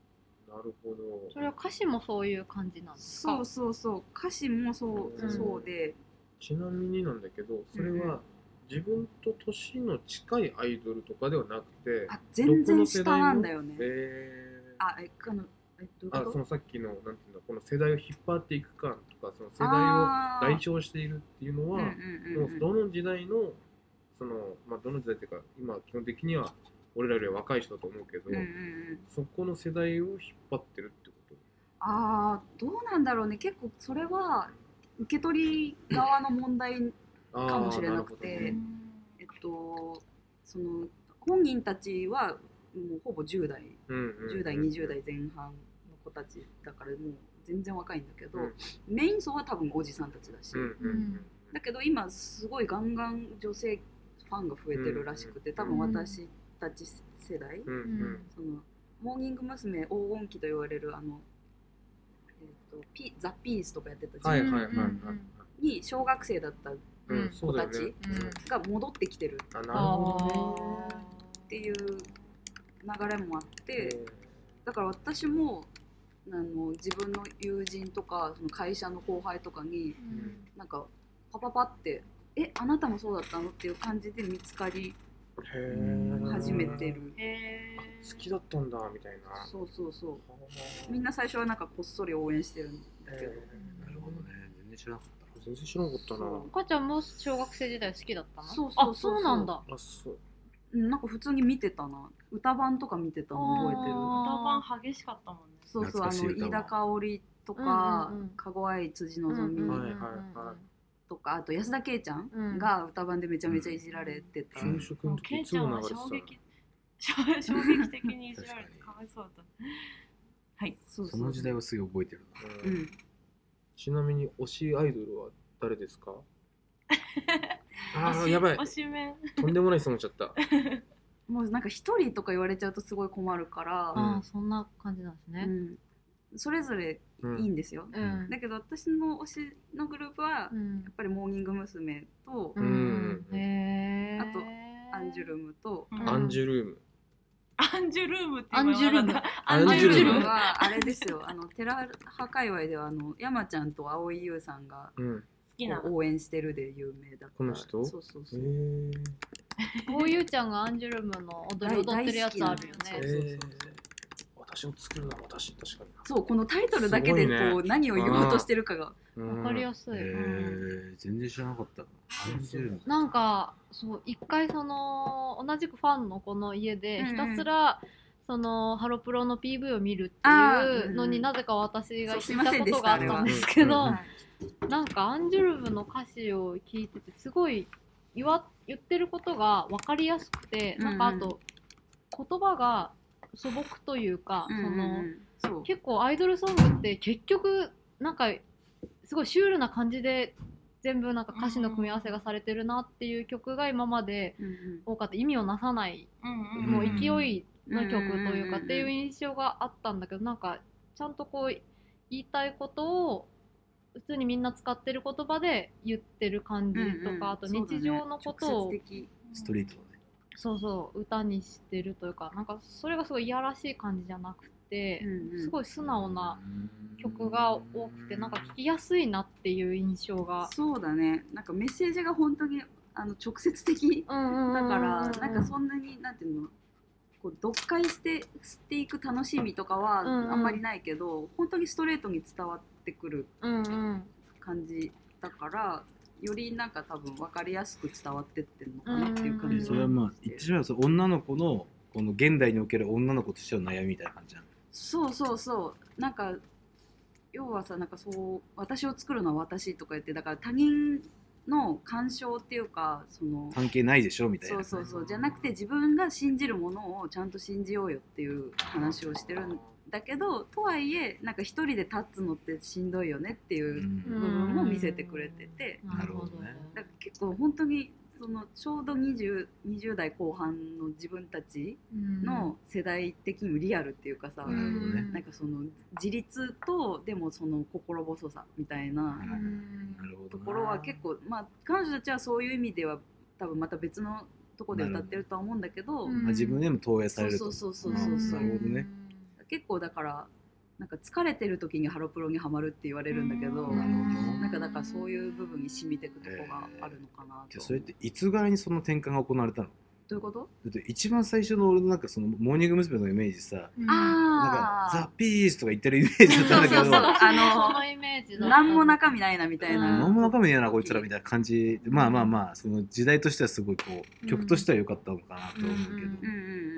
B: なるほど。
E: それは歌詞もそういう感じなんですか
A: そうそうそう歌詞もそう,、
B: うん
A: そうで
B: ちなみになんだけど、それは自分と年の近いアイドルとかではなくて、
A: あ全然下なんだよね
B: えー
A: あえあのえどういう
B: あ
A: こ
B: そ
A: と
B: のさっきのなんていうのこの世代を引っ張っていく感とかその世代を
A: あー
B: 代表しているっていうのは、
A: うんうんうんうん
B: もうどの時代のそのまあどの時代っていうか今基本的には俺らよりは若い人だと思うけど、
A: うんうんうん
B: そこの世代を引っ張ってるってこ
A: あーどうなんだろうね結構それは受け取り側の問題
B: とあー
A: かもしれなくて
B: るほどね
A: えっとその本人たちはもうほぼ10代
B: うんうんうん
A: 10代20代前半の子たちだからもう全然若いんだけど、
B: うん
A: メイン層は多分おじさんたちだし、
B: うんうんうん
A: だけど今すごいガンガン女性ファンが増えてるらしくて、
B: うん
A: 多分私たち世代、
B: うんうん
A: そのモーニング娘。黄金期と言われるあの、えー、とピザ・ピースとかやってた時
B: はい
A: 代
B: はいはいはい、
E: うんうん
A: に小学生だった
B: うん
E: うん
B: そうだよね、
A: 子が戻ってきてる
B: あなる
E: あ
B: ほ
E: ー
A: っていう流れもあっ
B: どね
A: てだから私もあの自分の友人とかその会社の後輩とかに
E: うん
A: なんかパパパって「えあなたもそうだったの?」っていう感じで見つかり
B: へー
A: 始めてる。
C: へ
B: あ
C: ー
B: 好きだったんだみたいな
A: そうそうそう。みんな最初はなんかこっそり応援してるんだけど。
D: なるほどね全然知らなかった
B: 全然知らなかったな
A: そう
E: 赤ちゃんも小学生時代好きだったの
A: そうそうそうそう
E: あそうなんだ
B: あそう
A: うんなんか普通に見てたな。歌版とか見てたの覚えてる。
E: あ
C: 歌版激しかったもんね。
A: そうそう、
D: 懐
A: あ
D: かしい
A: の
D: 歌
A: 飯
D: 版
A: 田香織とか
E: うんうんうん、
A: かごあい辻希
E: うんうんうん
A: 美
E: うん
B: はいはいはい
A: とかあと安田圭ちゃ
E: うん
A: んが歌版でめちゃめちゃいじられてて、
B: 給食
C: も
B: の
C: うケ
B: 時
C: イ
B: いつ
C: ちゃん
B: も
C: は
B: 流れて
C: 衝撃衝撃的にいじられて
D: 確かに
C: かわいそうだっ
A: は
C: た
A: いそうそう
D: その時代はすぐ覚えてるな。
B: た、
A: う
B: うん
A: ん
B: ちなみに推しアイドルは誰ですかああ
C: 推し
B: やばい
C: 推しメン
B: とんでもない質問しちゃった
A: もうなんか一人とか言われちゃうとすごい困るから、
E: ああ、そんな感じなんです
A: う
E: ね。
A: んそれぞれ
B: う
A: いい
B: ん
A: んですよ、
E: う
D: うん
E: ん。
A: だけど私の推しのグループはや
E: うん
A: っぱりモーニング娘。と、
E: うんん。へえ。
A: あとアンジュルムと、
C: うん
E: うん
B: アンジュルーム
C: アンジュルームって
E: アンジュルム
C: ム
B: ア
C: ア
B: ン
C: ン
B: ジ
C: ジュ
B: ュル
C: ル
B: ム
C: ム
A: はあれです よあの寺派界隈ではあの山ちゃんと蒼井優さんが
B: うん
C: 好きな
A: 応援してるで有名だった
B: この人
A: そうそう
B: え
A: そう、
B: ー、
E: こういうちゃんがアンジュルムの踊り踊ってるやつあるよ
A: 大好きな
B: え
A: ん
E: ね。
A: です
B: ー、私を作るのは私確か
A: そうこのタイトルだけです
B: ごいね
A: こう、何を言おうとしてるかが
B: に
E: わかりやす
D: え
E: い。うん
D: ー、全然知らなかったな。アンジュルム
E: なんかそう一回その同じくファンの子の家で
A: うんう
E: ひ
A: ん
E: たすら、そのハロプロの PV を見るって
A: あ
E: い
A: ー
E: うの
A: う
E: に
A: ん
E: なぜか私
A: そう
E: が行っ
A: すいま
E: た
A: せん
E: こ
A: で
E: と
A: した
E: があったんですけどなんかアンジュルムの歌詞を聞いててすごい言わ言ってることが分かりやすくて、なんかあと言葉が素朴というか、
A: うん
E: その
A: そのそう
E: 結構アイドルソングって結局なんかすごいシュールな感じで全部なんか歌詞の組み合わせがされてるなっていう曲が今まで
A: うんうん
E: 多かった意味をなさない、
C: うんうん
E: もう勢いの曲というか
A: うんうんうんうん
E: っていう印象があったんだけどなんかちゃんとこう言いたいことを普通にみんな使ってる言葉で言ってる感じとか、
A: うんうん
E: あと日常のこと
A: そうだね直
E: を
A: 接的
D: ストリートだね。
E: そうそう歌にしてるというかなんかそれがすごいいやらしい感じじゃなくて、す
A: い
E: ごい素直な。曲が多くてなんか聴きやすいなっていう印象が。
A: そうだねなんかメッセージが本当にあの直接的
E: だか
A: だからなんかそんなになんていうのこう読解して吸っていく楽しみとかは
E: うんうん
A: あんまりないけど、本当にストレートに伝わってくる
E: うんうん
A: 感じだからよりなんか多分分かりやすく伝わってってるのかなっていう
E: う
A: 感
E: ん
A: じ
D: それはまあ言ってしまえばその女の子のこの現代における女の子としての悩みみたいな感じなの。
A: そうそうそうなんか要はさなんかそう私を作るのは私とか言ってだから他人の干渉っていうかその
D: 関係ないでしょみたい
A: そ
D: な
A: う。そうそうじゃなくて自分が信じるものをちゃんと信じようよっていう話をしてるんだけどとはいえなんか一人で立つのってしんどいよねっていうう部
E: ん
D: ん
A: 分も見せてくれてて
D: なるほどね
A: だから結構本当にそのちょうど 20, 20代後半の自分たちの世代的にもリアルっていうかさ、
E: うん
D: なるほどね
A: なんかその自立とでもその心細さみたいな
E: うん
D: なるほどな。
A: ところは結構まあ彼女たちはそういう意味では多分また別のとこで歌ってるとは思うんだけど
E: なるほど
D: まあ自分でも投影さ
A: そ
D: れ
A: う
D: る
A: そ
D: と
A: う。そうそうそうそう
D: なるほどね。
A: 結構だからなんか疲れてる時にハロプロにはまるって言われるんだけど
D: なるほど
A: なんかだからそういう部分に染みてくとこがあるのかな
D: で
A: と、
D: それっていつぐらいにその転換が行われたの
A: どういうこと
D: だって一番最初の俺のなんかそのモーニング娘。のイメージさ、なんかザ・ピースとか言ってるイメージだったんだけ
A: そうそうそう
D: ど、
E: あの
A: あの
E: そのイメージだ
A: 何も中身ないなみたいな
E: うん
D: 何も中身ねえなこいつらみたいな感じでまあまあまあその時代としてはすごいこう曲としては良かったのかなと思う
E: う
D: けど
E: ん
A: うんうんう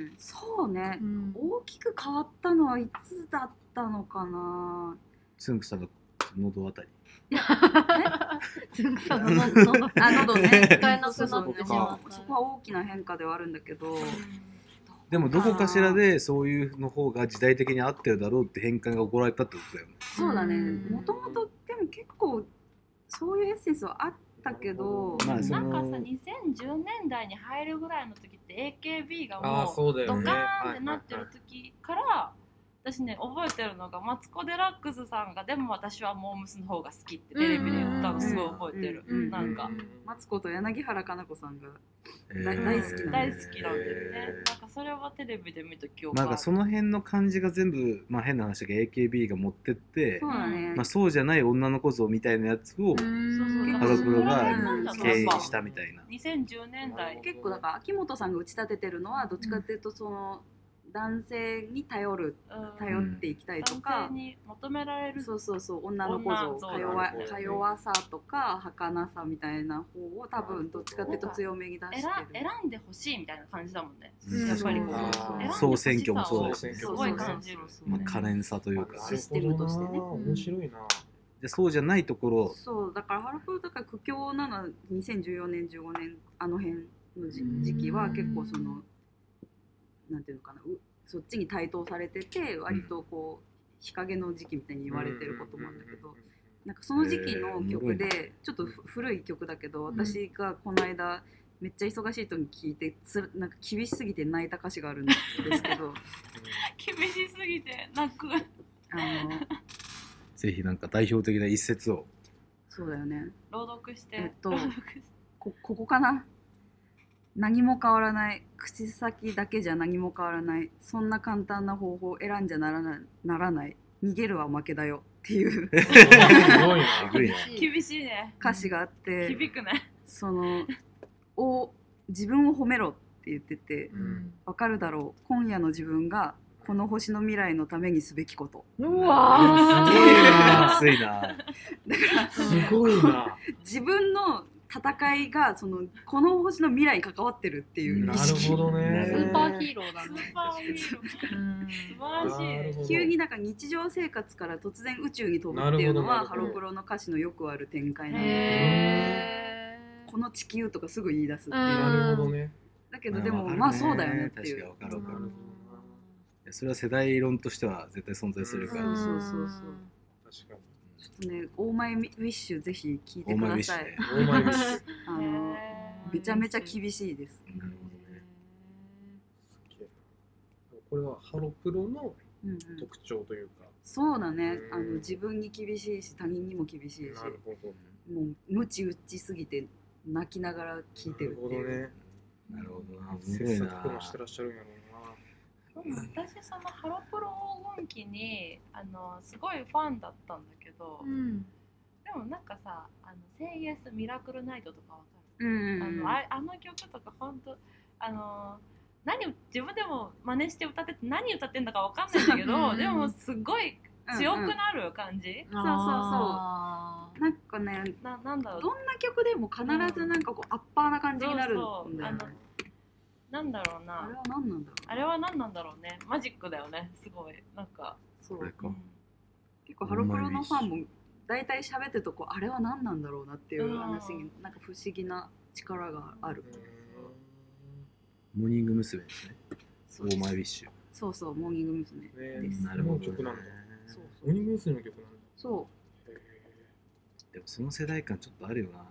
A: んそうね
E: う、ん
A: 大きく変わったのはいつだったのかな
D: つんくさんの喉あたり
E: つんくさんの喉の
A: あ喉 ね
E: 使えなくな
A: そ
E: っ
A: う
E: てし
A: そうそ
E: まっ
A: う
E: た
A: そこは大きな変化ではあるんだけど
D: でもどこかしらでそういうの方が時代的に合ってるだろうって変換が行われたってことだよね。
A: そうだね
E: うん
A: もともとでも結構そういうエッセンスはあったけど、
D: まあそ
C: なんか
D: の
C: さ2010年代に入るぐらいの時って AKB が
B: ああ
C: もう
B: そうだよ
C: ド
B: ね
C: カーンってなってる時から私ね覚えてるのがマツコ・デラックスさんが「でも私はモームスの方が好き」ってテレビで言ったのすごい覚えてる
A: うんうんうん
C: なんか
A: マツコと柳原可奈子さんが
D: えー
A: 大好き
C: 大好きなんだよね
D: えー
C: なんかそれはテレビで見た記憶
D: まあ
C: あ
D: なん
C: る
D: かその辺の感じが全部、まあ、変な話だけど AKB が持ってって
A: そ、うだね、
D: まあ、そうじゃない女の子像みたいなやつを
E: うん
D: ハロプロが
A: そう
D: 経営
A: そう
D: したみたいな。
C: 2010年代
A: 結構だから秋元さんが打ち立ててるのはどっちかっていうとその男性に頼る
C: うん
A: 頼っていきたいとか、
C: 男性に求められる
A: そうそうそう女の子
C: 女
A: 像
C: 像
A: か弱
B: なるほど
A: か弱さとか儚さみたいな方を多分どっちかっていうと強めに出し
C: 選
A: てる
C: 選んでほしいみたいな感じだもんね、
D: うん
C: やっぱりこ
A: そうそう
C: う
A: そう
C: 選んでほしさを
D: 総選挙もそうだしね
C: すごい感じる
A: そうそうそう
D: まあ、可憐さという
B: なるほど
D: か
B: な
A: システムとしてね
B: 面白いな
D: でそうじゃないところ
A: そうだからハロプロだから苦境なの2014年15年あの辺のじ時期は結構そのなんていうのかなうそっちに対等されてて割とこう日陰の時期みたいに言われてることもあるんだけ どなんかその時期の曲でちょっとふ古い曲だけど
C: うん
A: 私がこの間めっちゃ忙しい時に聴いてつらなんか厳しすぎて泣いた歌詞があるんですけ ど
C: 厳しすぎて泣く
A: あの
D: ぜひなんか代表的な一節を
A: そうだよね
C: 朗読して、
A: えっと
C: 朗読して
A: こここかな何も変わらない口先だけじゃ何も変わらないそんな簡単な方法を選んじゃならなならない逃げるは負けだよっていう
B: すごいな。
D: えぐいな
C: 厳しいね
A: 歌詞があ って
C: 響くね
A: そのお自分を褒めろって言ってて
B: うん
A: わかるだろう今夜の自分がこの星の未来のためにすべきこと
C: う
B: わーすげえな
D: 熱いな
A: だから
B: すごいな。
A: 自分の戦いがそのこの星の未来に関わってるっていう
B: な
A: 意
B: る
A: 識
B: ほどね。
E: スーパーヒーローだ
C: ス
E: ね
C: ー。パーヒーロー素
E: うん
C: 晴らしい
A: 急になんか日常生活から突然宇宙に飛ぶっていうの
B: な
A: は
B: る
A: ハ
B: ほ
A: ロ
B: ど
A: プロの歌詞のよくある展開なんで
E: へ
A: この地球とかすぐ言い出すっていう、
E: うん
B: なるほどね。
A: だけどでも
D: まあ
A: まあそうだよねって
D: 確か
A: い
D: に
A: う
D: わかるわか
B: な
D: る
B: る
D: それは世代論としては絶対存在する
E: ー
D: から、
A: ん
D: ちょ
A: そうそうそう
B: 確か
A: ちょっとね「オーマイ・ウィッシュ」ぜひ聞いて
D: オー
A: く
D: マイウィッ
A: だ
D: シ
A: さい
D: ュね
B: に。オーマイミス。
A: あの
C: へー
A: めちゃめちゃ厳しいです、
D: なるほどね
E: へ
B: これはハロプロの
A: うんうん、
B: 特徴というか。
A: そうだね
B: うん
A: あの自分に厳しいし他人にも厳しいし
B: なるほど。
A: もう無知打ちすぎて泣きながら聞いてるっていう、
B: なる
D: なるほどな
B: ほどね。
D: 面白い
B: 切磋
D: な
B: 琢磨してらっしゃるんやろうな。
C: でも私そのハロプロ黄金期にあのすごいファンだったんだけど、
E: ーうん
C: でもなんかさ「あのセイエスミラクルナイト」とかわか
A: うんうん
C: る、
A: うん、
C: あのああの曲とか本当あの何を自分でも真似して歌ってて何歌ってんだかわかんないんだけ
E: うん
C: ど
E: うん
C: でもすごい強
A: うんう
C: く
A: ん
C: なる感じ、
A: そうそうなんかね
C: ななんだろう
A: どんな曲でも必ずなんかこうアッパーな感じになるんだよ
C: そうそうあの
A: ね
C: なんだろう
A: あ
C: な
A: れは何なんだろう
C: あれは何なんだろうねマジックだよねすごいなんか、
A: そ
D: これ
A: う
D: か
A: 結構ハロプロのファンも大体喋ってるとこあれは何なんだろうなっていう話になんか不思議な力がある
D: モーニング娘。ですね
A: そ
D: オ
A: うで
D: ー
A: す
D: マイウィッシュ
A: そうそうモーニング娘。
B: ね
A: です
D: なるほど、ね、
B: 曲なんだ。
A: そうそ
B: モ
A: う
B: ニング娘。の曲なんだ。
A: そ
D: でもその世代感ちょっとあるよなだ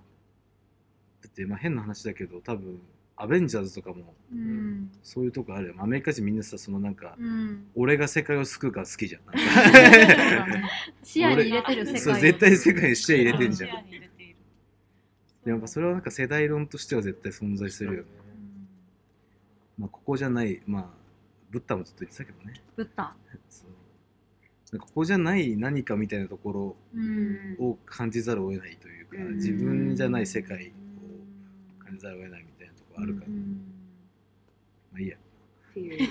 D: ってまあ変な話だけど多分アベンジャーズとかも
E: うん
D: そういうとこあるよアメリカ人みんなさそのなんか、
E: うん
D: 俺が世界を救うから好きじゃん
E: そうだね視野に入れてる世界
D: そう
E: を
D: 絶対世界に視野入れてんじゃ ん
C: 視野に入れている
D: でもやっぱそれはなんか世代論としては絶対存在するよね、
E: うん
D: まあ、ここじゃないまあブッダもずっと言ってたけどね
E: ブッダ
D: そうなんかここじゃない何かみたいなところ
A: う、
E: うん
D: を感じざるを得ないというか、
A: うん
D: 自分じゃない世界を感じざるを得ないみたいなところあるから、
E: うん
D: まあいいや
A: っていう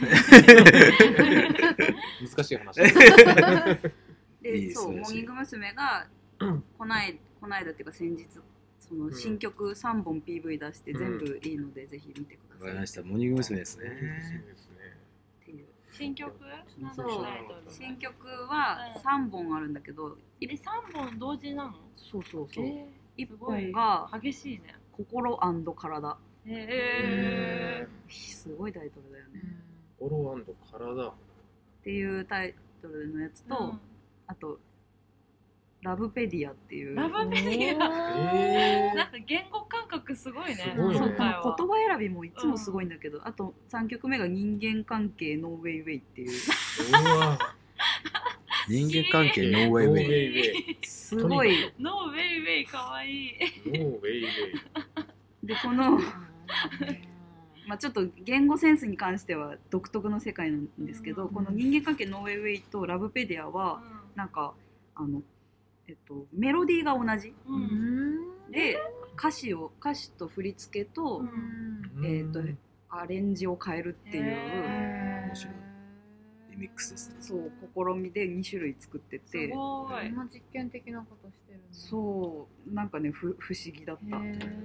B: 難しい話。
A: で
D: いい
A: そう
D: 素晴ら
A: モ
D: しい
A: ーニング娘。がこないこないだっていうか先日その新曲3本 PV 出して全部いいのでぜひ見てく
D: わ
A: ださい
D: かりま
A: っ
D: したモーニング娘。ですね
A: ていう
C: 新曲なんだ
A: そう
C: タイトル
A: 新曲は
C: うん
A: 3本あるんだけど
C: え
A: い
C: 三本同時なの
A: そうそうそう
C: え
A: 1
C: すごい
A: 本が
C: ー、激しいね
A: 「心体
C: えー、」
A: すごいタイトルだよね
B: ゴロアンド体。
A: っていうタイトルのやつと、あと「ラブペディア」っていう
C: うんラブペディア
B: え
C: なんか言語感覚すごいね
B: すごいね
A: そう
C: 今
A: この
C: 回は
A: 言葉選びもいつもすごいんだけど、あと3曲目が「人間関係ノーウェイウェイ」って いう
B: ー、うわ
D: 人間関係ノーウェ
B: ノー
D: イウ
B: ウェ
D: ェイ
B: イ
A: すごい
C: ノーウェイウェイかわいい
B: ー。もうウェイウェイ。
A: でこの、まあ、ちょっと言語センスに関しては独特の世界なんですけど、
C: うん
A: この「人間関係ノーウェイウェイ」と「ラブペディアは」なんかあの、えっと、メロディーが同じ
C: うん
E: う
C: うん
E: ん
A: で歌詞を歌詞と振り付けと、
E: うん
A: えーとアレンジを変えるっていう、
C: へ
D: 面白いリミックスですね
A: そう試みで2種類作って
C: す
A: て
C: ごい
E: こんな実験的なことしてるね
A: そうなんかねふ不思議だっ
E: へ
A: た。
E: ー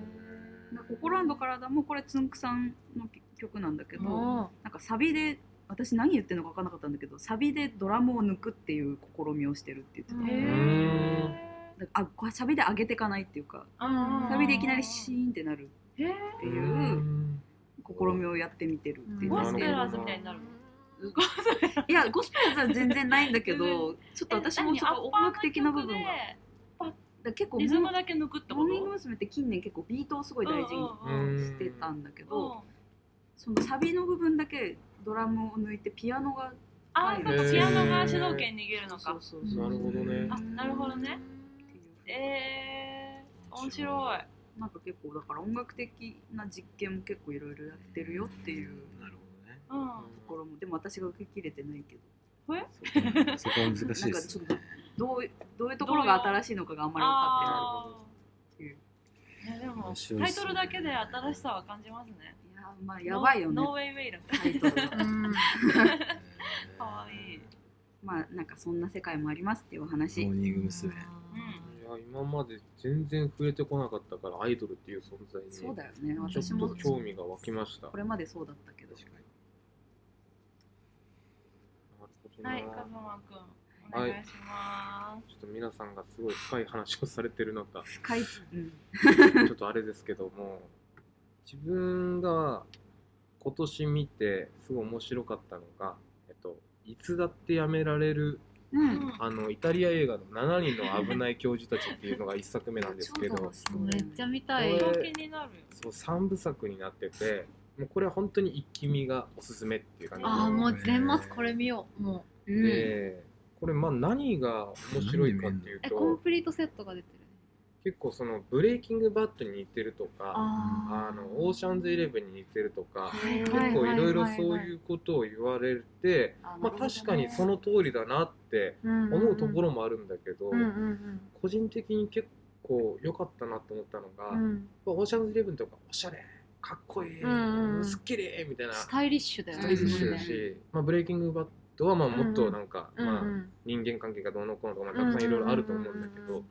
A: なんか心と体もこれつんくさんの曲なんだけど、
E: おー
A: なんかサビで私何言ってるのか分からなかったんだけどサビでドラムを抜くっていう試みをしてるって言ってた、
E: うん
C: へー
A: だからあこうサビで上げていかないっていうか
E: うん
A: サビでいきなりシーンってなる
C: へえ
A: っていう試みをやってみてるっていう
B: ゴ
A: 感
B: ス
A: じ
B: ペ
A: で
B: ラーズみ
C: たいになるの
A: うんいやゴスペラーズは全然ないんだけどちょっと私もそこ音楽的な部分がだから結構
C: リズムだけ抜くって
A: モ
C: こ
A: ーニング
C: と
A: 娘。って近年結構ビートをすごい大事にしてたんだけど、
C: うん
A: そのサビの部分だけドラムを抜いてピアノが
C: あー、そうか、ピアノが主導権握るの
A: そ
C: か
A: う。そう
E: うん
A: そう
B: なるほどね
C: あ、なるほどね。
A: っていう
C: えー、面白い。
A: なんか結構だから音楽的な実験も結構いろいろやってるよっていう
D: なるほ
C: うん。
A: ところもでも私が受け切れてないけど
D: どね。そこは難しいで
A: なんかち
D: す
A: ょっ
D: ね。
A: とどうどういうところが新しいのかがあんまり分か
C: あ
A: ってないっていう
C: ーいやでも
D: 面白い
C: タ
D: っ
C: イ
D: すね
C: トルだけで新しさは感じますね。
A: いやまあやばいよね
C: ノーノーウェイウェイだか
A: タイトルが
E: うん
C: かわいい。
A: まあなんかそんな世界もありますっていうお話
D: モーニング娘。
C: うん
B: いや今まで全然触れてこなかったからアイドルっていう存在に
A: そうだよね
B: ちょ
A: 私
B: っと
A: も
B: 興味が湧きました。
A: これまでそうだったけど
D: 確かに
B: なるほどな
C: はい、カズマくん、お願いします。
B: ちょっと皆さんがすごい深い話をされてる 中、
A: 深い、うん、
B: ちょっとあれですけども、自分が今年見てすごい面白かったのが、えっと、いつだってやめられる
A: う
C: うんん
B: あのイタリア映画の「7人の危ない教授たち」っていうのが1作目なんですけ
A: そうだ
B: ど
A: そう
E: めっちゃ見たい。
B: これ
C: 気になるよ。
B: そう3部作になっててもうこれは本当に一気見がおすすめっていう感じ
E: ああもう年末これ見よう。もう
A: う
B: で、
A: ん
B: でこれまあ何が面白いかっていう
E: えコン
B: と
E: プリートセットが出てる。
B: 結構その「ブレイキングバッド」に似てるとか「
E: あ
B: あのオーシャンズイレブン」に似てるとか
E: あ。結
B: 結構いろいろそう
E: う
B: いうことを言われて、まあ、確かにその通りだなって思うところもあるんだけど、
E: うんうん
B: 個人的に結構良かったなと思ったのが、
E: うんうん。
B: オーシャンズイレブンとかおしゃれかっこいい、
E: うんうん
B: すっきりみたいな
E: ス
B: ス
E: タイリッシュだよ
B: タイリッシュだ
A: ス
B: し、まあ、ブレイキングバッドはまあもっとなんか、
E: うん
B: まあ、
E: うん
B: 人間関係がどうのこうのとか、まあ、たくさんいろいろあると思うんだけど、
E: うんうんうん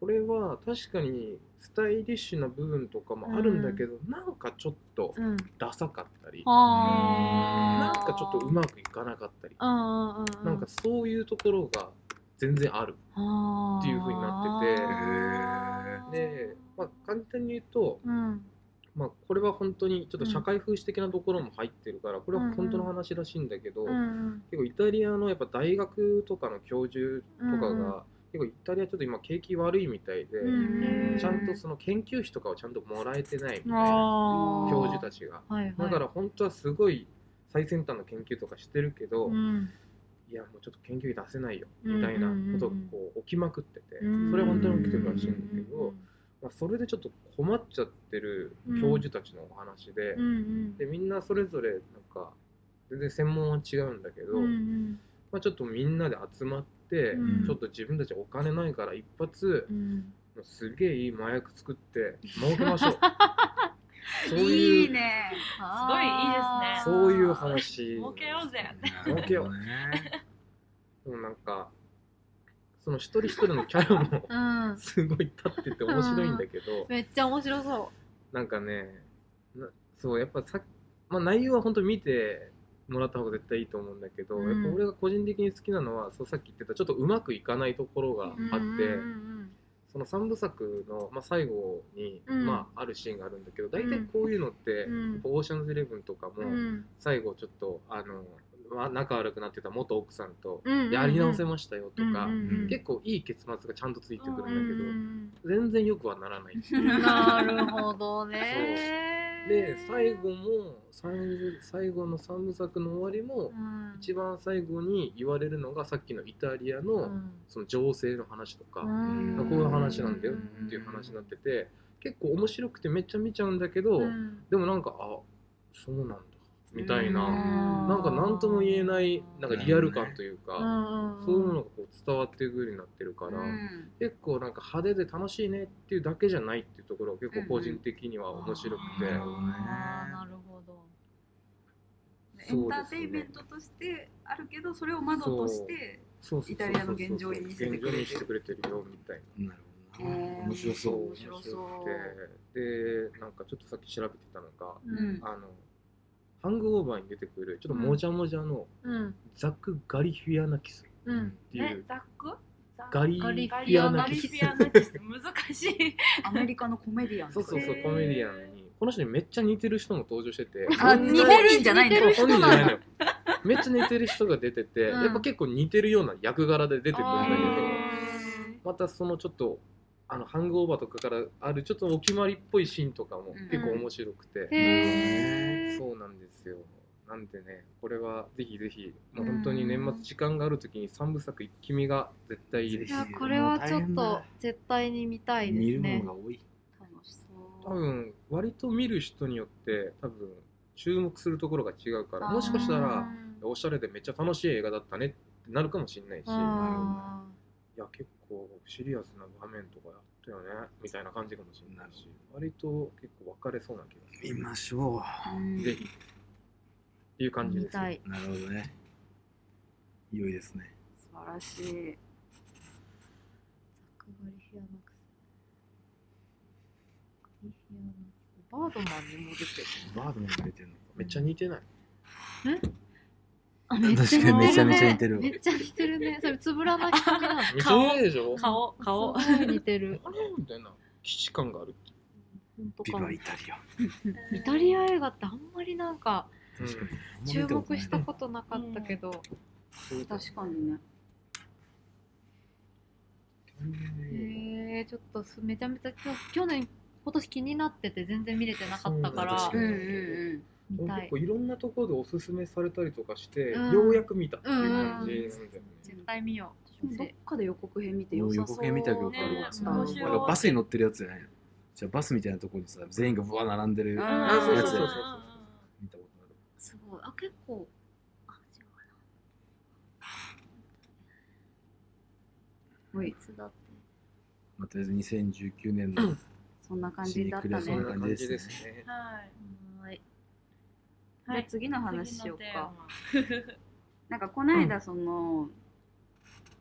B: これは確かにスタイリッシュな部分とかもあるんだけど、なんかちょっと
E: うん。
B: ダサかったり、な
E: あ
B: ん
E: あ。
B: かちょっとうまくいかなかったり、
E: うんうんうん。
B: なんかそういうところが全然ある。
E: っ
B: っていう風にな
E: って
B: で、まあ、簡単に言うと、
E: うん
B: まあ、これは本当にちょっと社会風刺的なところも入ってるから、これは本当の話らしいんだけど、
E: うん
B: 結構イタリアのやっぱ大学とかの教授とかが、
E: うんうん
B: 結構イタリアちょっと今景気悪いみたいで、
E: うん
B: ちゃんとその研究費とかをちゃんともらえてないみたいな
E: あー
B: 教授たちが。
E: はいはい、
B: だから本当はすごい最先端の研究とかしてるけど、
E: うん
B: いやもうちょっと研究費出せないよみたいなことがこう起きまくってて、
E: うん
B: それは本当に起きてるらしいんだけど、
E: うん
B: まあ、それでちょっと困っちゃってる教授たちのお話で,、
E: うんうん
B: でみんなそれぞれなんか全然専門は違うんだけど、
E: うんうん
B: まあ、ちょっとみんなで集まって、
E: うん
B: ちょっと自分たちお金ないから一発
E: う、ん
B: もうすげえいい麻薬作って儲けま しょうそうい
A: い
B: う
A: いね
E: あー
C: す
B: そういう話
C: 儲けようぜ。
B: 儲けよう
D: ね。
B: でもなんかその一人一人のキャラも
E: うん
B: すごい立ってて面白いんだけど、
E: めっちゃ面白そ
B: なんかねなそうやっぱさ、まあ、内容は本当見てもらった方が絶対いいと思うんだけど、
E: うん
B: やっぱ俺が個人的に好きなのはそうさっき言ってたちょっとうまくいかないところがあって、
E: ううんうん
B: その三部作の、まあ、最後に、
E: うん
B: まあ、あるシーンがあるんだけど大体こういうのって、
E: うん
B: やっぱオーシャンズイレブンとかも
E: うんうん
B: 最後ちょっとあの、まあ、仲悪くなってた元奥さんと
E: うんうん
B: やり直せましたよとか、
E: うんうんうん
B: 結構いい結末がちゃんとついてくるんだ
E: う
B: け
E: ん
B: ど、
E: うん
B: 全然良くはな らないっていう
E: うんなるほどね
B: で最後も最後最後の3部作の終わりも
E: うん
B: 一番最後に言われるのがさっきのイタリアの
E: うん
B: その情勢の話とか、
E: うん
B: こういう話なんだよっていう話になってて結構面白くてめっちゃ見ちゃうんだけど、
E: うん
B: でもなんかあそうなんだみたいな、
E: うん
B: なんか何とも言えないなんかリアル感という
E: う
B: か、
E: んうん
B: そういうものがこう伝わってくるようになってるから、
A: うん
B: 結構なんか派手で楽しいねっていうだけじゃないっていうところが結構個人的には面白くて。
D: だよね
E: あーなるほど。
A: エンターテインメントとしてあるけどそれを窓として
B: そうそうそうそう
A: イタリアの現状に見せてくれる
B: 現状に見せてくれてるよみたい
D: なるほどな。
A: へー
D: 面白
B: な
D: そう。
A: 面白そう
B: でなんかちょっとさっき調べてたのが
A: うん
B: あのハングオーバーに出てくるちょっともじゃもじゃの
E: うん
B: ザック・ガリフィアナキスっ
E: うん
B: てい
C: え
B: う、
C: ザック
B: ガリ
E: ガリ
B: ピアナキス
C: ピアナキス難しい
A: アメリカのコメディアン
B: そうそうそう
E: へー
B: コメディアンにこの人にめっちゃ似てる人も登場してて
A: あ
B: そんな
A: 似てる人じゃないの
E: 似てる
B: 本人
E: 人
B: じゃ
E: な
B: ない
E: ん
B: の
E: だ
B: よめっちゃ似てる人が出てて、
E: うん
B: やっぱ結構似てるような役柄で出てくるんだけどまたそのちょっとあのハングオーバーとかからあるちょっとお決まりっぽいシーンとかも
A: うん
B: 結構面白くて、
E: へー
B: そうなんですよなんでねこれはぜひぜひもう本当に年末時間がある時に三部作一気見が絶対いいで
E: い
B: す
E: やこれはちょっと絶対に見たい
D: 見
E: です
D: るも
E: ね
D: のが多い。
A: 楽し
B: 多
A: そう
B: 分割と見る人によって多分注目するところが違うから
A: あー
B: もしかしたら
E: うん
B: おしゃれでめっちゃ楽しい映画だったねってなるかもしれないしい
E: あ
B: や結構シリアスな場面とかやったよねみたいな感じかもしれないし割と結構分かれそうな気がす
D: 見
B: る
D: ましょ
A: うん
B: ぜひっていう
E: ー
B: 感じ
E: 見
B: です
E: たい
D: なるほどね。良いですね。
A: 素晴らしい
E: ザクガリフィアナクスガリフィアナクスバードマンにも出てる
D: バードマンが出てるのか。
B: めっちゃ似てない
E: あめっち
D: 確か
E: ゃ似
D: にめち
E: て
D: ゃ
E: る
D: めちゃ
E: ねめっちゃ
D: 似てるわ
E: 似てるねそれつぶらな瞳 なんだ
B: 似てないでしょ
C: 顔顔
E: すごい似てる
B: あれみたいな既視感があるって
E: 本当
D: ビ
E: かも
D: バイタリア。
E: イタリア映画ってあんまりなんか
B: うん
D: 確かに。
E: 注目したことなかったけど、
B: そうだ
A: 確かにね
E: へえちょっとすめちゃめちゃ今日去年今年気になってて全然見れてなかったか
B: そ
E: ら
B: う
A: うん
B: な
A: うんん
B: だ
A: うん
E: 見た
B: 結
E: い
B: 構いろんなところでおすすめされたりとかして、
E: うん
B: ようやく見たっていう感じなんだよね、
E: 絶対見よう
A: どっかで予告編見て良さそう
D: 予告編見たけど
A: ね
C: 面白い
D: なんかバスに乗ってるやつじゃないのじゃあバスみたいなところにさ、全員がぶわ並んでる
A: うん
D: や
A: あ
D: つ
A: そうそうそう
C: うん
D: 見たことある。
E: すごいあ結構あ違う
A: ほ
E: い
A: い
E: つだって
D: まあ、とりあえず2019年の
A: そんな感じだったね
D: シ
B: そ
D: ー
B: ん
D: ク
B: な
D: レット
B: 感じですね
C: はい
A: じ
E: はい
A: ゃあ次の話しようか。
C: 次のテーマ
A: なんかこの間その、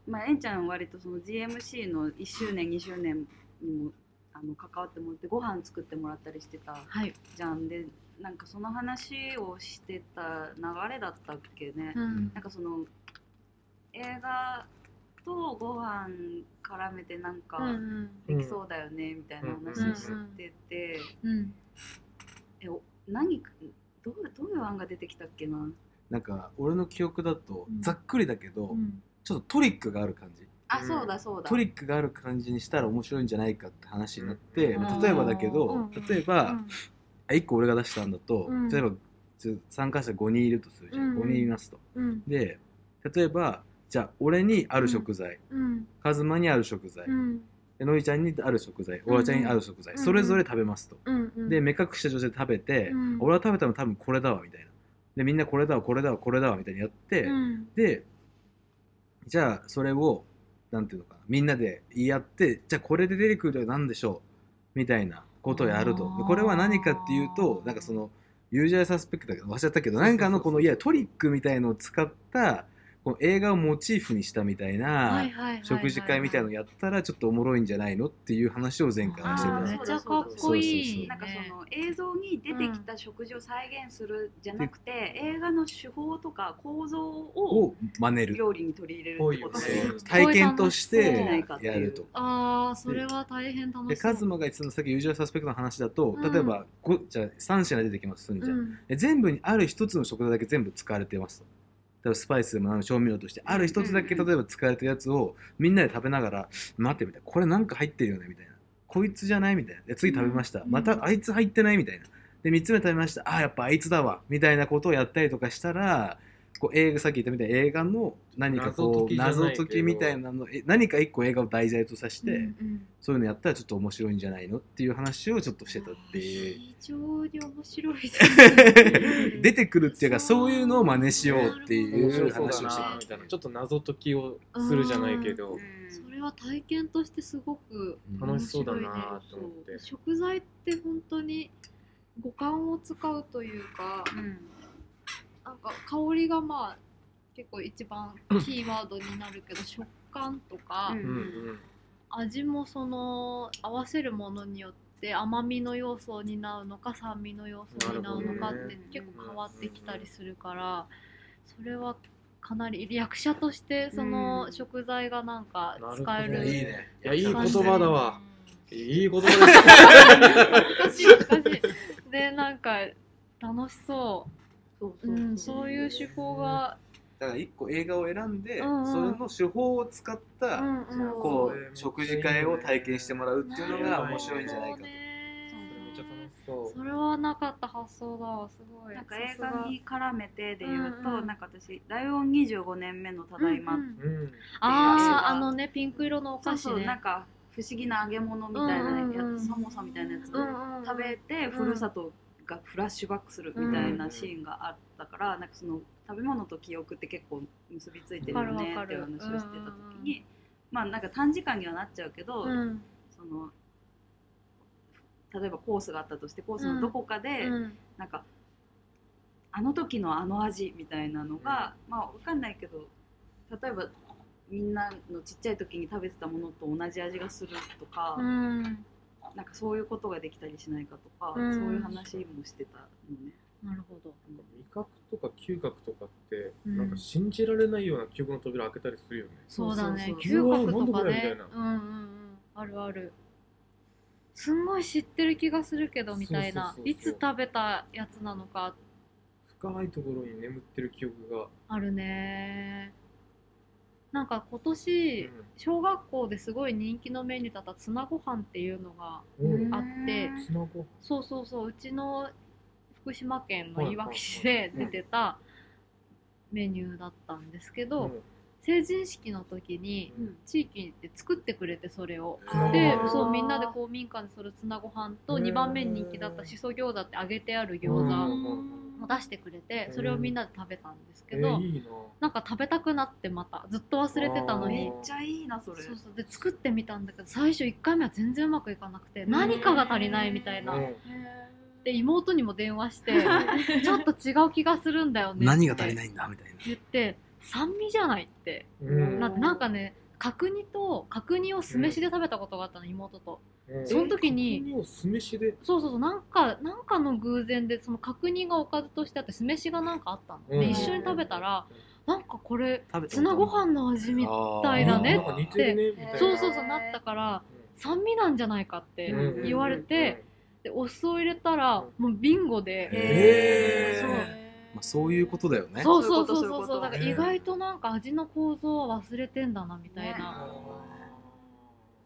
A: まあえんちゃんは割とその GMC の1周年2周年にもあの関わってもらってご飯作ってもらったりしてた
E: はい
A: じゃんでなんかその話をしてた流れだったっけね、
E: うん
A: なんかその映画とご飯絡めてなんか
E: うんうん
A: できそうだよねみたいな話してて、
E: うん
A: えお何どうどういう案が出てきたっけな
D: なんか俺の記憶だと
E: うん
D: ざっくりだけど、
E: うん
D: ちょっとトリックがある感じ
A: あ、
B: うん
A: そうだそうだ
D: トリックがある感じにしたら面白いんじゃないかって話になって、
B: うん
D: 例えばだけど、
E: うん
D: 例えば、あ1個俺が出したんだと、
E: うん
D: 例えばちょ参加者5人いるとするじゃん、
E: うん
D: 5人いますと
E: うん
D: で例えばじゃあ俺にある食材、
E: うん
D: カズマにある食材、
E: うん
D: でのいちゃんにある食材おらちゃんにある食材、
E: うん
D: それぞれ食べますと、
E: うんうん
D: で目隠した状態で食べて、
E: うん
D: 俺は食べたの多分これだわみたいなでみんなこれだわこれだわこれだわみたいにやって、
E: うん
D: でじゃあそれをなんていうのかなみんなで言い合ってじゃあこれで出てくるのは何でしょうみたいなことをやると
A: あー
D: でこれは何かっていうとなんかそのユージャーサスペクトだけど忘れちゃったけど何かのこのいやトリックみたいのを使ったこの映画をモチーフにしたみたい
E: はは
D: ない
E: いはいはい
D: 食事会みたいのやったらちょっとおもろいんじゃないのっていう話を前回
E: あ
D: してた
E: ー
D: の
E: め
D: ね
E: っちゃかっこいい
A: なんかそ
E: ね
A: の映像に出てきた食事を再現するじゃなくて、映画の手法とか構造を
D: を真似る
A: 料理に取り入れるってこと
B: 多いよ
A: ね
B: ね。
D: 体験としてやると。
E: ああそれは大変楽
D: で
E: しそ
D: カ
E: う
D: ズマが言ってたのさっきユージュアルサスペクトの話だと、
E: うん
D: 例えばごじゃあ3品出てきますすんじゃん、
E: うん
D: で全部にある一つの食材だけ全部使われてますと例えばスパイスでも何でも調味料としてある一つだけ
A: うん
D: 例えば使われてるやつをみんなで食べながら待ってみたいなこれなんか入ってるよねみたいなこいつじゃないみたいなで次食べました、
E: うん
D: またあいつ入ってないみたいなで3つ目食べましたあーやっぱあいつだわみたいなことをやったりとかしたらこう映画さっき言ったみたいな映画の何かこう
B: 謎
D: 謎
B: 解きじゃないけど
D: 解きみたいなのえ何か一個映画を題材とさして、
E: うん
D: そういうのやったらちょっと面白いんじゃないのっていう話をちょっとしてたっていう。
E: 非常に面白いですね
D: 出てくるっていうかそういうのを真似しようってい
B: 面白
D: う
B: そう
D: 話
B: だ
D: をして
B: な
D: た
B: みたいなちょっと謎解きをするじゃないけど
E: そ
A: うん
E: れは体験としてすごく
D: うん
B: 楽しそうだなと思って
E: 食材って本当に五感を使うというか
A: うん
E: なんか香りがまあ結構一番キーワードになるけど食感とか
A: うん
B: うんうん
E: 味もその合わせるものによって甘みの要素になるのか酸味の要素になるの
A: な
E: か
A: るほ
E: っ
A: ど
E: て
A: ね
E: 結構変わってきたりするからそれはかなり役者としてその
A: うん
E: 食材がなんか使
B: な
E: え
B: るほど
E: る
D: いいね。
B: いやいい言葉だわいい言葉です
E: 難しい難しいでなんか楽しそ
A: そう
E: う、うん、そういう手法が、
D: だから一個映画を選んで、
E: うんうん
D: それの手法を使っ
E: う
D: た、
E: んうん、
D: こ
B: そう
D: う食事会を体験してもらうっていうのが面白いんじゃないかと。
B: それめっちゃ楽し
E: そう
B: そ
E: それはなかった発想だわすごい
A: なんか映画に絡めてで言うと、
E: うんうん
A: なんか私「ライオン25年目のた
E: 「
A: だいま」
E: うんう
B: う。
E: ん
B: うん。
E: あああのねピンク色のお
A: そう
E: 菓子
A: そう、
E: ね
A: なんか不思議な揚げ物みたいなやつ、
E: うんうんうん
A: サモサみたいなやつ
E: う
A: を
E: んうん、
A: 食べて、
E: うん
A: ふるさとがフラッシュバックするみたいなシーンがあったから、なんかその食べ物と記憶って結構結びついてるよね
E: わか
A: ってい
E: る
A: う
E: わかる
A: 話をしてた時に、まあなんか短時間にはなっちゃうけど、
E: うん
A: その例えばコースがあったとしてコースのどこかで、
E: うん
A: なんかあの時のあの味みたいなのが、まあわかんないけど例えばみんなのちっちゃい時に食べてたものと同じ味がするとか、
E: うん
A: なんかそういうことができたりしないかとか、
E: うん
A: そういう話もしてたのね。
E: なるほど
B: なんか味覚とか嗅覚とかって、
E: うん
B: なんか信じられないような記憶の扉開けたりするよね。
E: そうだね
A: そうそう
B: そう
E: 嗅覚と
B: うわ
E: か
B: なんだこれみた
E: ね
B: いな
E: うんうんうんあるあるすんごい知ってる気がするけどみたいな
B: そうそうそうそう
E: いつ食べたやつなのか
B: 深いところに眠ってる記憶が。
E: あるねなんか今
B: う
E: 年
B: ん
E: 小学校ですごい人気のメニューだったツナご飯っていうのが
B: うん
E: あって
B: ツナご飯
E: そうそうそううちの福島県
B: はい
E: の
B: はい
E: いわき市で出てたメニューだったんですけど、
B: うん
E: 成人式の時に
B: うん
E: 地域で作ってくれてそれを
B: ツナご飯
E: で
A: あー
E: そうみんなで公民館でそれツナご飯と
B: へー
E: 2番目に人気だったしそ餃子って揚げてある餃
B: うん
E: 子
B: うん
E: も出してくれてそれをみんなで食べたんですけ
B: え
E: ど
B: ー、いいな。
E: なんか食べたくなってまたずっと忘れてたの
A: め
E: に
A: っちゃいいなそ
E: そう
A: れ。
E: そうで作ってみたんだけど最初1回目は全然うまくいかなくて何かが足りないみたいな
B: うん
E: で妹にも電話して「ちょっと違う気がするんだよね」
D: 何が足りないいんだみたいな。
E: 言って「酸味じゃない」って
B: うん
E: ななんかね角煮と角煮を酢飯で食べたことがあったの妹と
B: うん
E: その時に
B: 角煮を酢飯で。
E: そうそうそうなんかなんかの偶然でその角煮がおかずとしてあって酢飯がなんかあったの、
B: うん
E: で一緒に食べたらなんかこれ
D: 食べ
E: ツナご飯の味みた
D: た
E: いだね
B: なんか似てるねみたいな。
E: そうそうそうなったから酸味なんじゃないかって
B: うん
E: 言われて、でお酢を入れたらもうビンゴで、
B: へー
D: えそうまあ、そういうことだよね。
E: そうそうそうそう
A: そういうことそういう
E: そ
A: うこと
E: だから意外となんか味の構造は忘れてんだなみたい
A: ね
E: な、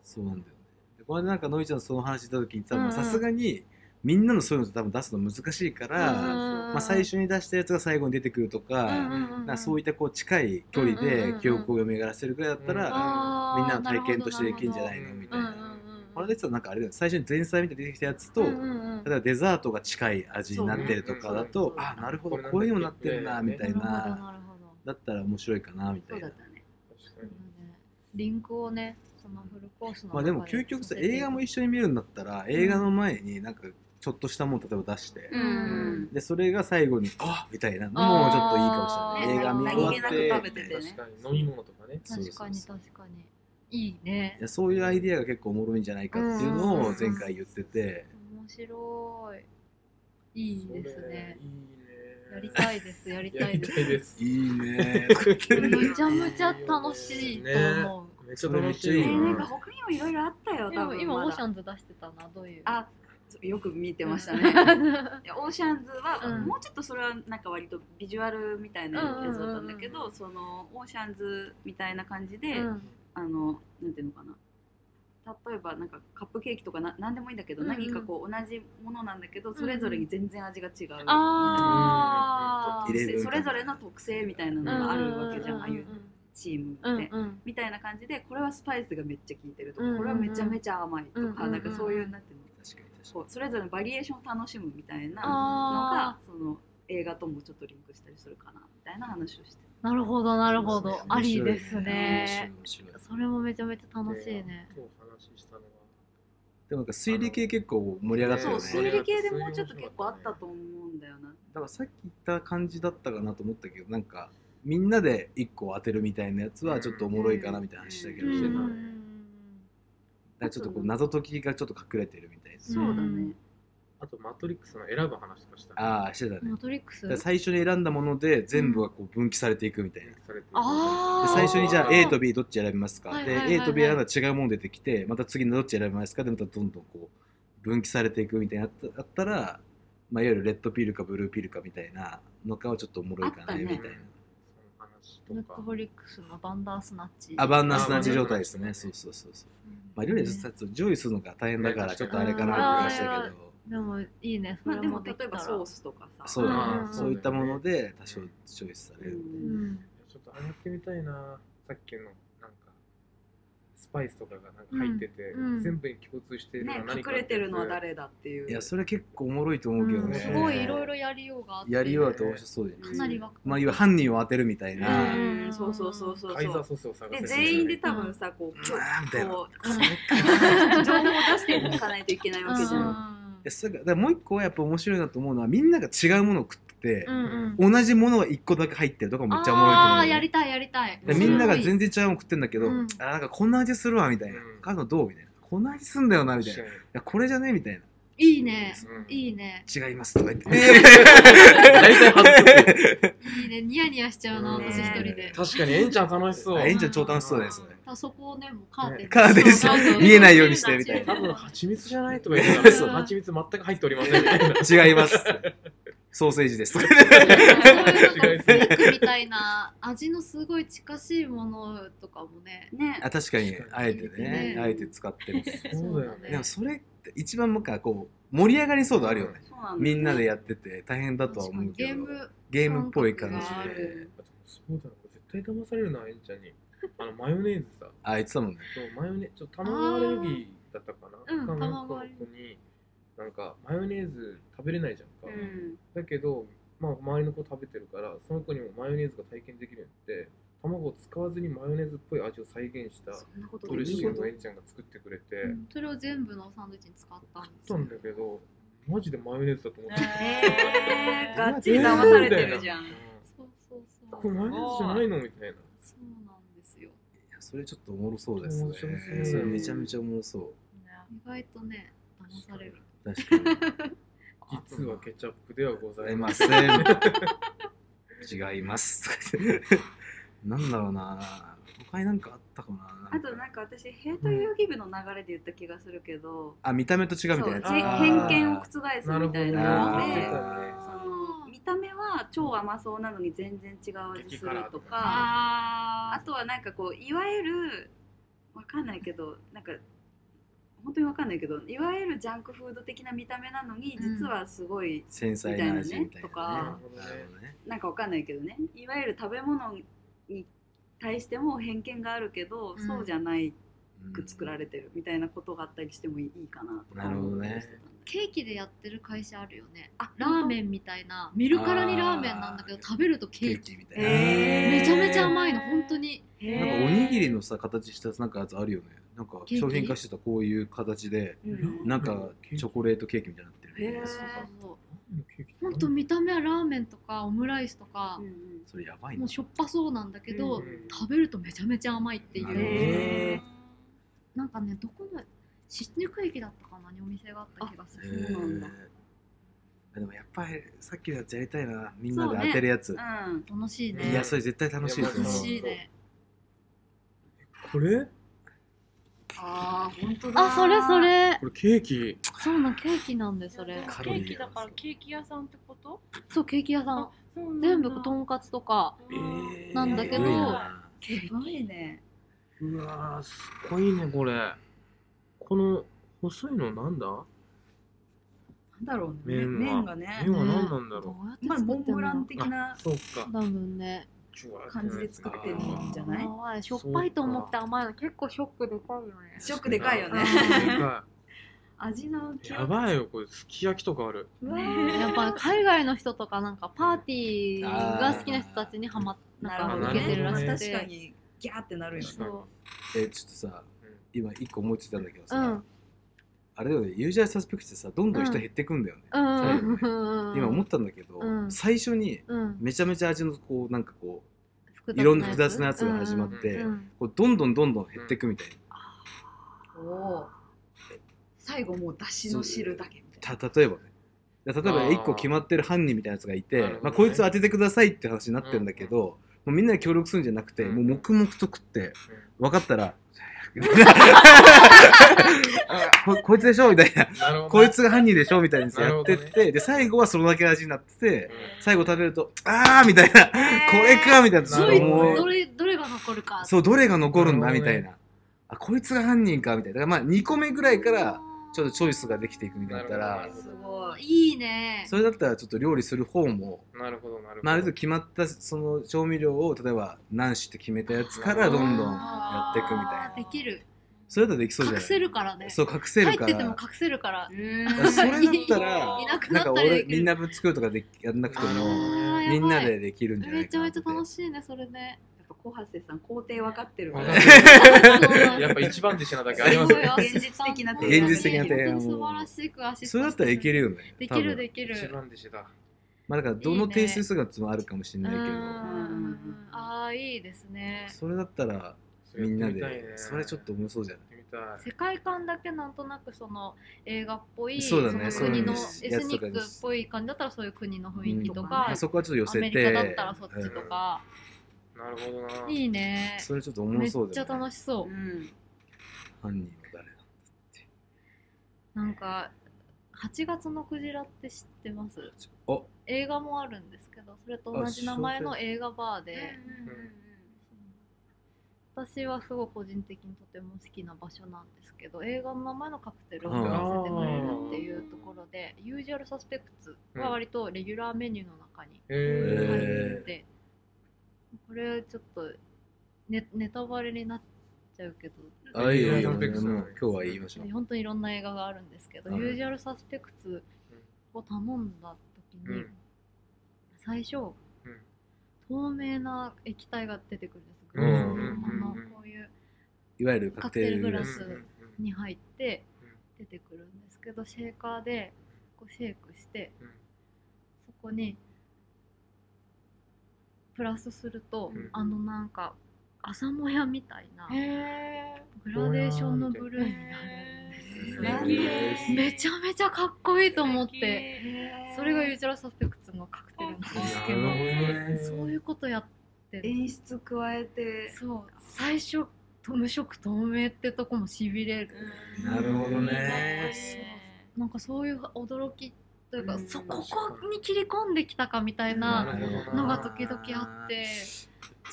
D: そうなんだよね。でこれなんかのいちゃんとその話した時に多
E: うんう
D: 分
E: ん
D: さすがにみんなのそういうの多分出すの難しいから、
E: うん
D: まあ、最初に出したやつが最後に出てくるとか,、なんかそういったこう近い距離
E: うんうん
D: で
E: うん
D: 記憶を蘇らせるぐらいだったら、
B: うん
E: あー
D: みんなの体験としてできるんじゃない
B: なるほ
D: の
B: ど
D: みた
E: う
D: い
E: ん
D: な。
E: うん
D: こ
E: うん
D: れでさなんかあれだよね最初に前菜みたいに出てきたやつと、
E: うんうんうん
D: 例えばデザートが近い味になってるとかだ
A: そう
D: と
A: う、ん
D: あなるほどこういうのになってるなみた
E: な
D: い
E: るほど
D: な
E: なるほど
D: だったら面白いかなみた
A: そう
D: い
A: だ
D: な
A: っ。たね。
B: 確か
E: そう
B: に
E: だねリンクをねそのフルコースの
D: まあでも究極さ映画も一緒に見るんだったら映画の前になんかちょっとしたもん例えば出して、
A: うん。
D: でそれが最後に「あみたいなのもちょっといいかもしれな
E: あ
D: い
E: ー
D: 映画見終わ
E: 何気なく
D: っ
A: 食べ
D: て
A: ててね
B: 確かに飲み物とかね。
D: そうそう
E: 確
D: そ
E: か
D: う
E: に確かにいいね
D: いやそういうアイディアが結構おもろいんじゃないかっていうのを前回言ってて
E: 面白いいいですね
B: それいいね。
E: やりたいですやりたいです
D: 「いいね
E: むちゃむちゃ楽しいと思う、
B: めっちゃ楽しい。
A: え
D: う
A: ー、
D: ん
A: なんか他にもいろいろあったよ
E: で
A: 多
E: も
A: 分
E: 今
A: ま
E: オ
A: だ
E: ーシャンズ出してたなどういう
A: あよく見てました
E: う
A: ね。
E: ん
A: いやオーシャンズは、
E: うん
A: もうちょっとそれはなんか割とビジュアルみたいなやつだったんだけど、
B: うんうんうんうん
A: そのオーシャンズみたいな感じで、
E: うん
A: あのなんていうのかな例えばなんかカップケーキとかな何でもいいんだけど、
E: うんうん
A: 何かこう同じものなんだけどそれぞれに全然味が違う、
E: あー
D: 入れる
A: それぞれの特性みたいなのがあるわけじゃん、ああいうチームって、
E: うんうん
A: みたいな感じでこれはスパイスがめっちゃ効いてるとか、
E: うんうんうん
A: これはめちゃめちゃ甘いとか、
E: うんうんうん
A: なんかそういうなんていうの
D: 確かに確か
A: こうそれぞれのバリエーションを楽しむみたいなの
E: あ
A: がその映画ともちょっとリンクしたりするかなみたいな話をして
E: ーなるほどなるほ
D: に
E: どありです
D: 面白い
E: ね
D: 面白い
E: それもめちゃめちゃ楽しいね
B: 今日話したのは。
D: でもなんか推理系結構盛り上がった
A: そう
D: よ
B: ね
A: 推
D: ね
A: 理系でもうちょっと結構あったと思うんだよな
D: だからさっき言った感じだったかなと思ったけどなんかみんなで一個当てるみたいなやつはちょっとおもろいかなみたいな話だけ
E: う
D: どしてた、
E: ん
D: だからちょっとこう謎解きがちょっと隠れてるみたいな
A: そうだね
B: あと、マトリックスの選ぶ話とかしたね。
D: ああしてたね
E: マトリックス
D: だから最初に選んだもので全部がこう分岐されていくみたいな、
B: されてる
E: あ
D: で
E: ー
D: 最初にじゃあ
E: あー
D: A と B どっち選びますか、
E: はいはいはいはい
D: で A と B 選んだら違うもの出てきてまた次のどっち選びますかでまたどんどんこう分岐されていくみたいなのあったあったら、まあ、いわゆるレッドピルかブルーピルかみたいなのかはちょっとおもろいか
A: あ
D: な
A: った
D: み
A: ね
D: たいな
B: その話
E: ネッ
B: とか。
E: トフリックスのバンダースナッチ
D: アバンナスな
B: あー
D: 状態ですねそうそうそうそうまあ料理はちょっと上位するのが大変だから
B: ね
D: ちょっとあれかなと思いましたけど
E: でもいいねそ
A: まあ
E: れ
A: で
E: も
A: も
E: で
A: 例
E: き
A: え
E: たら
A: ばソースとかさ
D: そうだね
E: うんうん
D: そういったもので多少チョイスさ
A: う
D: れる
E: うんん
B: ちょっとあれやってみたいな。さっきの、なんか、スパイスとかがなんか入ってて、
E: うんうん
B: 全部に共通しているのは
A: ね
B: 何か
A: 隠れてるのは誰だっていう
D: いやそれ結構おもろいと思うけど
E: うん
D: ね
E: すごいいろいろやりようがあって
D: やりようだと面白そうで
E: かなりわかる
D: まあいわゆる犯人を当てるみたい
A: うん
D: な、
A: うんそうそうそうそう
B: カイザー
A: そ
B: ソースを探
A: うで
B: せ
A: 全員で多分さこう
D: うわーみたいな
A: こう
D: それ
A: 情報を出していかないといけないわけじゃん
D: でそれがだからもう一個はやっぱ面白いなと思うのはみんなが違うものを食ってて
E: う、んうん
D: 同じものが一個だけ入ってるとかめっちゃおもろいと思う
E: あ
D: の
E: あーや
D: ね、
E: りたいやりたい
D: だからみんなが全然違うもの食ってんだけど、
E: うん
D: あーなんかこんな味するわみたい
B: う
D: な
B: ん
D: 他のどうみたいなこんな味すんだよなみたいないやこれじゃねみたい
E: いいね
B: うん
E: いいね
D: な違いますとか言って、
B: 大体外す
E: いいねニヤニヤしちゃうな
B: うん
E: 私一人で
B: 確かにエンちゃん楽し そう
D: あエンちゃん超楽しそうだよそれ
E: あそこをねもうカーテン
D: カーテンして
E: そうそうそう
D: 見えないようにしてみたい
B: 多
D: な
B: 分蜂蜜じゃないとか言うから
E: そう
B: 蜂蜜全く入っておりませんみたいな
D: 違いますソーセージ ですとか言っ
E: そういうなんかフ
D: て
E: ェイクみたいな味のすごい近しいものとかもね。
A: ね
D: あ確かにあえてね
E: ね
D: あえて使ってます
B: そうだよね
D: でも それって一番なんかこう盛り上がりそう度あるよね、
A: そうなんだよね
D: みんなでやってて大変だとは思う
E: ゲ
D: けど
E: ーム
D: ゲームっぽい感じ
E: 感
A: 覚があ
D: で
A: る
B: そうだよ絶対騙されるなエンちゃんにあのマヨネーズさ
D: あ言ってたもんね
B: そうマヨネちょっと卵アレルギーだったか
E: あーう
B: なん他の
E: 卵
B: 子
E: アレルギ
B: になんかマヨネーズ食べれないじゃんか、
A: うん
B: だけど、まあ、周りの子食べてるからその子にもマヨネーズが体験できるようになって卵を使わずにマヨネーズっぽい味を再現した
A: そんなこと
B: ドレ
A: で
B: ッシ
A: き
B: ン
A: る
B: グ
A: の
B: をエンちゃんが作ってくれて、
E: それを全部のサンドイッチに使ったんです
B: 食ったんだけどマジでマヨネーズだと 思って
A: えー、
D: ガ
A: が
D: ッ
A: っ
D: チ
A: ち
D: リ
A: り
D: 騙
A: 騙
D: さ
A: され
D: れて
A: て
D: る
A: る
B: じ
A: じ
B: ゃ
A: ゃ
B: ん
A: ん。
E: そうそうそ
B: これ
E: う。
B: マヨネーズじゃないのみたいな
E: そうなんですよ。
D: いやそれちょっとおもろそうです
B: 面白そう
D: ねそれめちゃめちゃおもろそ
E: 意外とね、騙される。
D: う確かに
B: 実はケチャップではご
D: ご
B: ざ
D: ざい
B: いま
D: ま
B: せん
D: せん違いますとか言ってなんだろうな他になんかあったかな
A: あとなんか私ヘイト遊戯部の流れで言った気がするけど、
D: あ見た目と違うみたいな
A: そう
B: ぜ
A: 偏
D: やつ
A: 偏見を覆すみたいな
D: あ
A: の
D: ー
A: で
B: あ
A: そ
D: あ
A: の見た目は超甘そうなのに全然違う味すると
B: 激辛と
A: かあ
E: あ
A: とはなんかこういわゆるわかんないけどなんか本当にわかんないけどいわゆるジャンクフード的な見た目なのに
E: うん
A: 実はすごい、
D: 繊細な味み
A: みた
D: たいなね
A: いなねとか
D: なるほどね
A: なんかわかんないけどねいわゆる食べ物に対しても偏見があるけど、
E: うん
A: そうじゃない
D: うん
A: く作られてるみたいなことがあったりしてもいいかなとか
D: なるほどね
A: 思ったりしてた
E: ケーキでやってる会社あるよね。
A: あ
E: ラーメンみたいな、見るからにラーメンなんだけど、食べるとケ
D: ケ
E: ー
D: ー
E: キ。
D: キみたいな、
A: えー
E: めちゃめちゃ甘いの、本当に。
A: へー
D: なんかおにぎりのさ形したなんかやつあるよねなんか
E: ケーキ
D: 商品化してたこういう形で
A: うん
D: なんかチョコレートケーキみたいになってる、
A: へー
E: そうそうそう。
B: ほ
E: 本当見た目はラーメンとかオムライスとか
A: うん、うん
D: それやばい
E: も
D: な
E: うしょっぱそうなんだけど、
A: うん
E: 食べるとめちゃめちゃ甘いってい
D: なるほど
E: う、
A: へ
E: なんかねどこの新宿駅だったかなにお店があった気がす
D: へ
E: る、
D: ー
A: そうなんだ
D: でもやっぱりさっきのやつやりたいなみんなで当てるやつ、
A: ーうん
E: 楽しい
B: うん
D: いや
E: ね
D: それ絶対楽しいと
E: 楽
D: 思
E: し
D: う
E: いね
B: これ
A: あー本当だ
E: あそれそれ
B: これケーキ
E: そうなのケーキなんでそれ
D: カ
C: ケ
D: ロリー
C: ーキだからケーキ屋さんってこと
E: そうケーキ屋さん
C: あそうなんだ
E: 全部とんかつとか
B: えー
E: なんだけど
D: えぐ
A: すごい
D: いな
A: ね
B: うわーすごいねこれこの細いのなんだ
A: なんだろうね
B: 麺は
A: 麺がね
B: 麺は何なんだろ
E: どうやっ
A: う
E: て
A: まあモ
E: 作っ
A: ン
E: てん
A: ブ
E: の
A: ラン的な
B: うそうか
E: 多分ね
A: 感じで作ってるんじゃない
E: 甘いしょっぱいと思って甘いの結構ショックでかいよね
A: ショックでかいよね
B: でか
A: 味の
B: い
A: 記
B: や
A: 憶
B: ばいよこれすき焼きとかある
A: うわ
E: やっ
A: ー
E: ぱ海外の人とかなんかパーティーが好きな人たちにハマっ
A: な
E: なん
A: る
E: か
A: ほど
E: 受けてるら
A: ね
E: しく
A: 確か
E: て、
A: にギャーってなるよね
E: そう
D: えちょっとさ今一個思いついたんだけどさ、
E: うん
D: あれだよねユージャーサスペクトってさどんどん人減ってくんだよね、
E: うんうん
D: 今思ったんだけど、
E: うん
D: 最初に
E: うん
D: めちゃめちゃ味のこうなんかこ
E: 複雑
D: ういろんな複雑なやつが始まっ
B: う
D: て、
B: ん
E: うんうん
D: こうどんどんどんどん減っていくみたいな、
A: おー最後もうだしの汁だけみたい
D: た例えばねで例えば
B: あー
D: 1個決まってる犯人みたいなやつがいて
B: なるほどね
D: まあ、こいつ当ててくださいって話になってるんだけど、もうみんなで協力するんじゃなくて、
B: うん
D: もう黙々と食って分かったら ここいつでしょみたいな
B: なるほど
D: こいつが犯人でしょみたいに
B: なる
D: や
B: ほ
D: っ
B: ど
D: て
B: ね
D: って、で最後はそのだけ味になってて
B: うん
D: 最後食べるとあーみたいなこれかみたいな
B: な
E: ど
B: る
E: れ
B: ほどね
D: もう
E: どれどれが残るか
D: そうどれが残るんだ
B: なる
D: み
B: ほど
D: た
B: ね
D: いなあこいつが犯人かみたいなだからまあ2個目ぐらいからちょっとチョイスができていくみたいだっ
B: な
D: たら
B: るほどね
E: すごいいいね
D: それだったらちょっと料理する方も
B: なるほどなるほど
D: まあ、ある程度決まったその調味料を例えば何種って決めたやつからどんどんやっていくみたい
E: あーできる
D: それだとできそうじゃ
E: 隠
D: ない
E: せるからね
D: そう隠せるから
E: 入ってても隠せるから
D: だからそれだったら
E: いなくなん
D: なか
E: ったり
D: 俺
E: でき
D: み
E: る
D: んな分作るとかでやんなくて
B: あ
D: も
B: ー
D: みんなで
E: で
D: できるんじゃな
E: め
D: い
E: ち
D: か
E: ゃ
D: な
E: め
D: っ
E: ち
D: て
E: ゃ楽しいねそれ ね
A: やっぱ小橋さん工程分かってるか
B: わ
A: ら
B: かんないやっぱ一番弟子なだけあ ります
E: ごい
B: ね
E: アシスタント
A: 現実的な
D: 提案現実的な提案を
E: 本当に素晴らしくアシス
D: そ
E: タ
D: れ
E: ン
D: だ
E: ト
D: ったらいけるよね
E: できる
D: 多分
E: できる
B: 一番弟子だ
D: まあだからどの定数姿もあるかもしれないけど
E: うんうんうんああいいですね
D: それだったら
B: それ
D: みん
B: や
D: な
B: ってみたいね
D: でそれちょっと面そうじゃ
B: や
D: ない
B: ってみたい
E: 世界観だけなんとなくその映画っぽい
D: そうだね
E: その国のエ
D: そういう
E: スニックっぽい感じだったらそういう国の雰囲気とか、
D: まあそこはちょっと寄
E: アメ
D: せ
E: リカだってたらそっちとか、
B: なるほどない
E: いね
D: それちょっと
E: め
D: 面
E: っ
D: そう
E: ち
D: だ
E: ゃ
D: よね
E: 楽しそうう、
A: ん
D: 犯人は誰だ
E: なんか8月のクジラって知ってます
D: お
E: 映画もあるんですけどそれと同じ名前の映画バーで私はすごい個人的にとても好きな場所なんですけど映画の名前のカクテルを飲ませてくれるっていうところで「ユージュアル・サスペクツ」は割とレギュラーメニューの中に
B: へ
E: 入
B: ー
E: っててこれちょっとネネタバレになっちゃうけど
D: あいいよいいよ
B: サスペクト
D: もう今日は言いましょう
E: 本当にいろんな映画があるんですけど「
D: はい
E: ユージュアル・サスペクツ」を頼んだ時
B: う
E: に
B: ん
E: 最初
B: うん
E: 透明な液体が出てくるんですグ
D: うん
E: ラスの
B: うんうんうん
E: こういう
D: いわゆるカクテル
E: カ
D: グラ
E: クテ
D: ス
E: ルに入って出てくるんですけどシェーカーでこうシェイクしてそこにプラスすると
B: うん
E: あのなんか朝もやみたいな
C: へえ
E: グラデーションのブルーになるんですよ
C: へー
E: めちゃめちゃかっこいいと思ってそれがユー
C: つ
E: ジュラ・サスペクツのカクテルなんですけ
B: なる
E: ど
B: ほ
E: そういうことやってる
A: 演出加えて
E: そう最初無色透明ってとこもしびれる
D: なるほどね
E: なんかそういう驚きというか、
A: うん
E: そここに切り込んできたかみたい
B: な
E: な
B: るほど
E: のが時々あって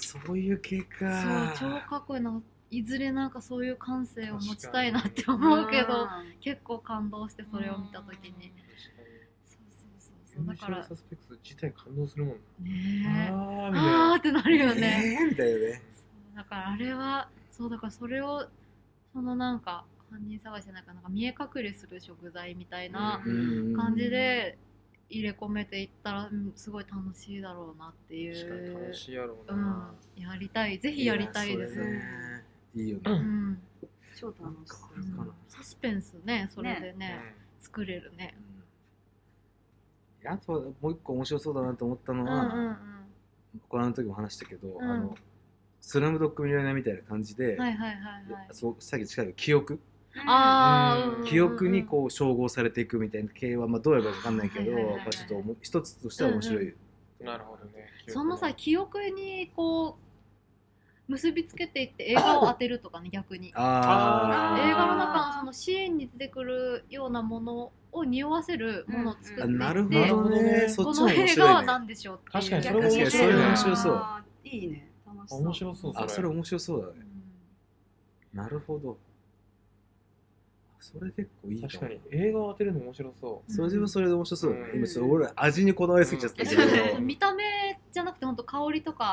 D: そういう系
E: そう
D: か
E: 超かっこいいないずれなんかそういう感性を持ちたいなって思うけど結構感動してそれを見た時にそうそうそうそうだ
B: だ
E: か
B: かららサスペクト自体感動するもん
E: ねえ
B: あ
E: あーってなるよね
D: えーみたいなね
E: そうだからあれはそうだからそれをそのなんか犯人探しじゃなんかなんか見え隠れする食材みたいな
D: うん
E: 感じで入れ込めていったらうんすごい楽しいだろうなってい
B: 確かに
E: う
B: 楽しいやろう
E: うん
B: な、
E: やりたいぜひやりたいです
D: やそれねいいよね
B: う
E: うんん
A: 超楽しそ
E: うん
D: かな
E: サスペンスねそれでね作れるね
D: うんあとはもう一個面白そうだなと思ったの
E: うんう
D: は、
E: ん
D: この時も話したけど、
E: うん
D: あのスラムドッグミリオネアみたいな感じで、
E: うんはいはいはいはい
D: そうさっき近い記憶、
E: あーうんうんうん
D: 記憶にこう照合されていくみたいな系は、まあ、どうやればわかんないけど、
E: はいはいはいはい
D: まあ、ちょっとおも一つとしては面白い、
B: うんなるほどね
E: そのさ記憶にこう結びつけていって映画を当てるとかね逆に
D: あ
B: あ
D: ー
E: 映画の中のそのシーンに出てくるようなものを匂わせるものを作っていって、
D: あなるほ
B: で
D: どねそ
E: こ
D: っちも
E: の
D: 面
E: 映画
D: 白
E: はい
D: ね
E: 何でしょうっていう
B: 確かにそれ
D: も面白いね
B: それ面
D: 白そう
A: あーいいね楽しそう
B: 面白そう
D: あそれ面白そうだ
E: う
D: ね
E: ん
D: なるほどそれ結構いいかも
B: 確かに映画を当てるの面白そ
D: それでもそれで面白そうだね、
B: うん
D: 今ちょっと俺味にこだわりすぎちゃった
E: え
D: け
E: そ
D: ど、
E: れ 見た目じゃなくて本当香りと
D: あ
E: か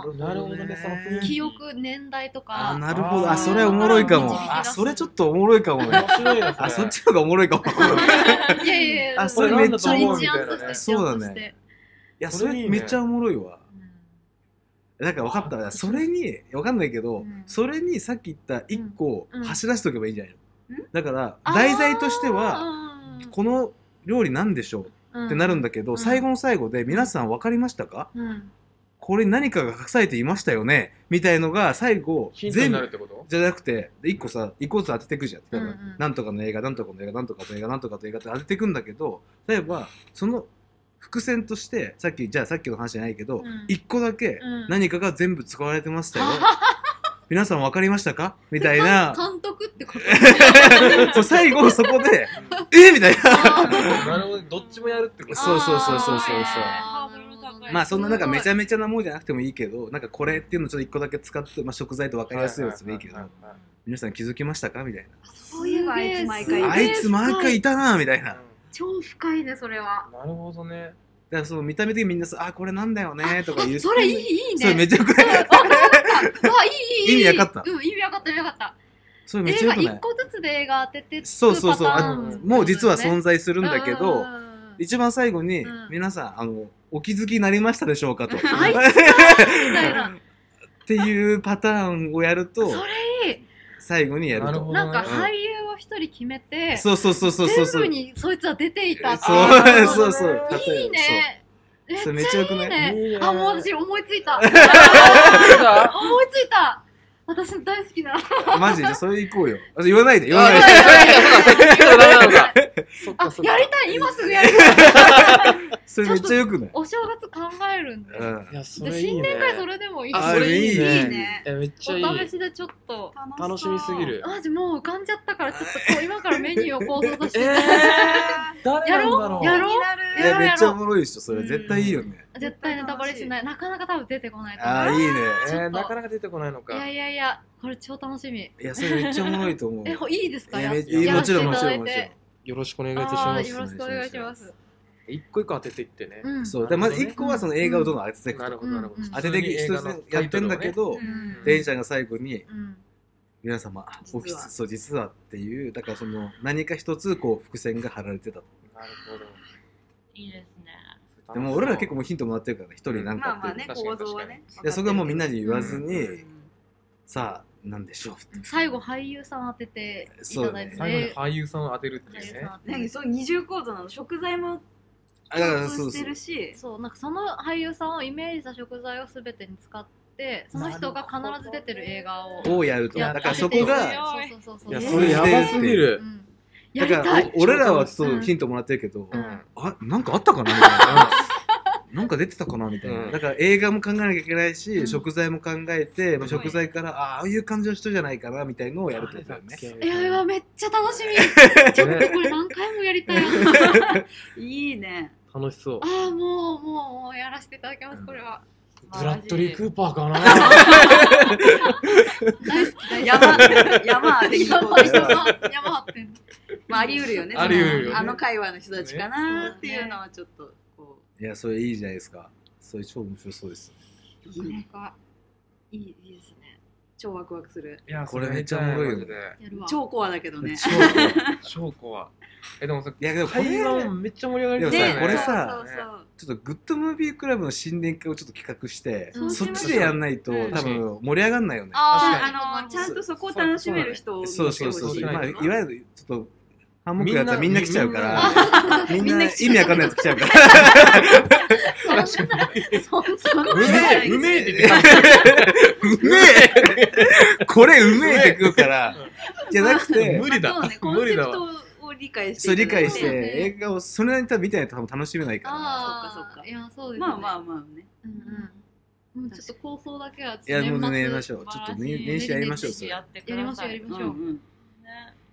D: あ
E: その
B: う
D: なるほどね
B: その雰囲気
E: 記憶年代と
D: あー
E: か
D: なるほどあ
B: あー
D: それおもろいかも
E: 導き出す
D: あそれちょっとおもろいかも
B: う
D: ね
B: 面白いな
D: あそっちの方がおもろいか もい
E: いやいやいや
D: あそれめっちゃ
E: 一
D: いい
E: 案
D: ね
E: として一案と
D: そうだ
E: して
D: ねやそ
B: それいい
D: れ
B: ね
D: めっちゃおもろいわ
E: うん
D: だから分かったそれに分かんないけど、
E: うん
D: それにさっき言った1個
E: うんうん
D: 走らせておけばいいんじゃないの、
A: ん
D: だから
E: あー
D: 題材としては
E: うん
D: この料理なんでしょうってなるんだけど、
E: うん
D: 最後の最後で皆さん分かりましたか、
E: うん
D: これに何かが隠されていましたよねみたいのが最後
B: ヒントに
D: 全
B: なるって
D: 部
B: こと
D: じゃなくてで一個さ一個ずつ当てていくじゃん例えば、
E: うんうん
D: なんとかの映画なんとかの映画なんとかの映画なんとかの映画って当てていくんだけど例えばその伏線としてさっきじゃあさっきの話じゃないけど、
C: うん
D: 一個だけ
C: うん
D: 何かが全部使われてましたよ、皆さん分かりましたかみたいな
E: 監督ってこと
D: そう最後そこでえみたいな
B: なるほどどっちもやるってこと
D: そうそうそうそうそうそう
C: あーハードル高い
D: まあそんななんかめち
E: ゃ
D: ゃめちゃなもんじゃなくてもいいけどなんかこれっていうのちょっと一個だけ使って、まあ、食材と分かりやすいやつでもいいけど
B: ははは
D: 皆さん気づきましたかみたい
A: そういえばあいつ毎回
E: すげ
D: な
E: え
D: あいつ毎回いたなみたい
B: い
D: な
B: は
D: だ
B: い
D: か
E: 超深いねそれは
B: うんなるほどね
D: らその見た目的にみんなさあこれなんだよねとか言う
E: それいいいい
D: それめ
E: ね
D: っちゃよくない
E: わいいいいいい
D: 意味わかった
E: うん意味わかった意味わかった
D: それめっ
E: 映
D: ちゃ
E: 画
D: よくない
E: 一個ずつで映画当てて
D: そうそうそう
E: パター
D: あ
E: ン
B: うん
D: もう実は存
E: 在
D: 在するんだけど
E: 一
D: 一番最後に
E: うん
D: 皆さんあのお気づきになりましたでしょう かとっ
E: あいつかみたいな
D: ていうパターンをやると
E: それいい
D: 最後にやる
B: なる
D: と
B: ほ
E: なん
B: ど
E: か
B: ね
E: 俳優を一人決めて
D: そうそうそうそうそうそ
E: 全
D: う
E: 部にそいつは出ていたって
D: そう
E: いう
D: そうそう
B: あー
D: 例えば
E: いいねめっ
D: そうそれめっ
E: ち
D: ち
E: ゃ
D: ゃ
E: い
D: よく
E: い
D: ない
E: ね
B: いいね
E: あもう私思いつい た
B: あ
E: 思いついた私の大好きな
D: そうマジでそれ行こうよあ言わないで言わない
B: そっ
D: で
E: あ
B: かそっか
E: やりたい今すぐ やりたい
D: それめっちゃよくない
E: お正月考えるんだ
D: う
E: よ
D: ん
B: いやそ
E: で
B: れいい
E: 新
B: ね
E: 年会それでもいい
B: あ
D: それいい
A: い
D: ね
A: いね
B: えめっちゃいい
E: お試しでちょっと
B: 楽しみすぎる
E: マジもう浮かんじゃったからちょっとこう今からメニューを構想として
B: えー誰なんだろう
E: やろう
D: い
E: や
D: や
E: ろうやろ
D: め
E: う
D: っちゃおもろいでしょそれ絶対いいよね
E: 絶対ネタバレしないなかなか多分出てこないと
D: あ
E: 思
D: あいいね
B: え
E: ちょっと
B: ーなかなか出てこないの
E: う
B: か
E: いやいやいやこれ超楽しみ
D: いやそれめっちゃおもろいと思う
E: えほいいですか
D: いや
E: や
D: め
E: っ
D: っちゃいい
E: や
D: も
E: ら
D: ち
E: せてい
D: ろんも
E: た
D: ち
E: だ
D: ろん
E: い
D: もち
E: て
B: よろしくお願いいたし
E: あ
B: ま
E: ー
B: す
E: よろしくお願いします
B: 一個一個当てていってね
E: うん
D: ろんそうだからまず1個はその映画をどんどん当てていく
B: なるほどなるほど
E: うん
D: 当てていく一つやってんだけど
E: うん
D: 電車が最後に
E: うん
D: 皆様
A: 実
D: オ
A: は
D: フィスそう実はっていうだからその何か一つこう伏線が張られてた
B: なる
C: いいですね。
B: ほど
D: でも俺ら結構もうヒントもらってるからね一人なん
A: まあ
D: か
A: まあ
D: っていう
A: ね
B: 確かに
A: 構造はね
D: いやそこはもうみんなに言わず
A: う
D: に
A: ん
D: さあなんでしょうって
E: 最後俳優さん当てていただいて
D: そうだ
B: 最後に
E: ね
B: 俳優さんを当てるってい
E: 俳
B: う
E: 優
B: ね
E: さん当て
A: なんかそういう二重構造なの食材も
D: あだからそ
A: 共通し
D: うそ
A: て
D: う
A: るし
E: そうなんかその俳優さんをイメージした食材をすべてに使ってその人が必ず出てる映画を
D: をやると
E: や
D: だ
E: っ
D: から
E: て
D: そこが
E: そうそ
B: い
E: うそうそう
B: や
D: ね
B: それやばすぎ
E: う
B: る
E: んや
D: だ
E: り
D: か
E: た
D: ら
E: い
D: お俺らはちょっとヒントもらってるけど、
E: うん
D: あなんかあったかなみたいな なんか出てたかなみたいな、
B: うん
D: だから映画も考えなきゃいけないし、
E: うん
D: 食材も考えて、まあ、
B: すごい
D: 食材からあああいう感じの人じゃないかなみたいのをやるってことだよね
E: いやいやめっちゃ楽しみちょっとこれ何回もやりたい
A: いいね
B: 楽しそう
E: ああもうもうもうやらせていただきますこれは
B: ブラッドリー・クーパーかな
E: 大好き大好き
A: 山山当てに行こうとしてます
E: 山山張ってんの
A: まああり得るよね
B: あり得るよね
A: そのあの界隈の人たちかなっていうのはちょっとこ
D: いやそれいいじゃないですかそれ超面白そうです
A: ういい
E: な
A: ね
E: かなかいいいいですね
A: 超ワクワクする
B: いや
D: これめっちゃおもろいよね
B: マジで
E: やるわ
A: 超コアだけどね
D: 超怖い
B: 超怖いえでもさ
D: いやでもこれ
B: 会話もめっちゃ盛り上がりそうだ
D: で
B: よ
D: も
B: ね
D: これさ
A: そうそうそう
D: ちょっとグッドムービークラブの新年会をちょっと企画して、
E: うん
D: そっちでやんないと、
A: うん
D: 多分盛り上がんないよね
E: あ
B: 確
E: ー
A: あのちゃんとそこを楽しめる人を
D: そうそうそうそ
B: そ
D: う、
B: う
D: まあ、い
A: いわ
D: わゆるちょっとハンモックやったらみんな来ちゃうからみん
A: みん
D: な
A: な
D: 意
A: 来ちゃう
D: 味わかんないやつ来ちゃうから。
E: そんなそんな
A: ゆ
B: うめえうめえって言って
D: うめえこれうめえってくるから。じゃなくて、
B: 無理だ
A: まあそうねコン
B: 無
A: セプ
B: 理だ
A: ト
B: わ
A: を理解して
D: そう理解し
E: そうだよ
D: て
E: ね
D: 映画をそれなりに多分見たいと多分楽しめないか
E: あ
A: そうかそう
E: あ
A: か
E: いやそうですね
A: まあまあまあね
E: うんうんもうちょっと構想だけは
D: ら。いやもう
E: 年末
D: 寝ましょう。ちょっと
C: 素晴ら
D: ね
C: しい
D: 年始やりましょう。
C: ぜひ
D: それ。
C: や
D: い
C: ってく
E: やり
C: だ
E: まし
C: さ
E: ょう
C: い
E: やりまし
A: う
E: ょ
A: ん
E: う、
A: うん
C: ね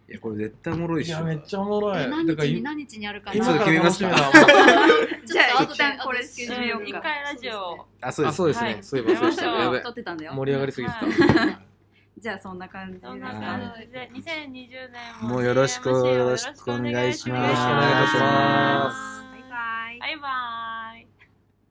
D: やこれ絶対おもろいっ
B: い
D: しょ
B: や。めっちゃおもろい
E: え何
B: だから
E: 日に何日にやるか
D: ちょ
E: な
D: っと決めますか
B: 今から楽しみだわ
A: じゃあ一
E: ちょっと後で
A: 旦これスケジュールよ
C: うん
A: う
C: 一
A: か
C: 回ラジオを
D: あそうで
B: あ
D: す。
B: そうですね
C: はい
B: そういえばそうでした
C: や
B: や
C: り
B: べ
C: ま
B: え
A: 撮ってたんだよ
B: 盛り上がりすぎてた
C: は
A: じゃあそんな感じです
C: そ
A: か
C: んな
A: ね
C: 感じで2020年も
D: もうよろしく
C: MC を
D: よろしくお願い
B: よろしく
D: します
B: お願いします
A: バイバイ
C: バイバイ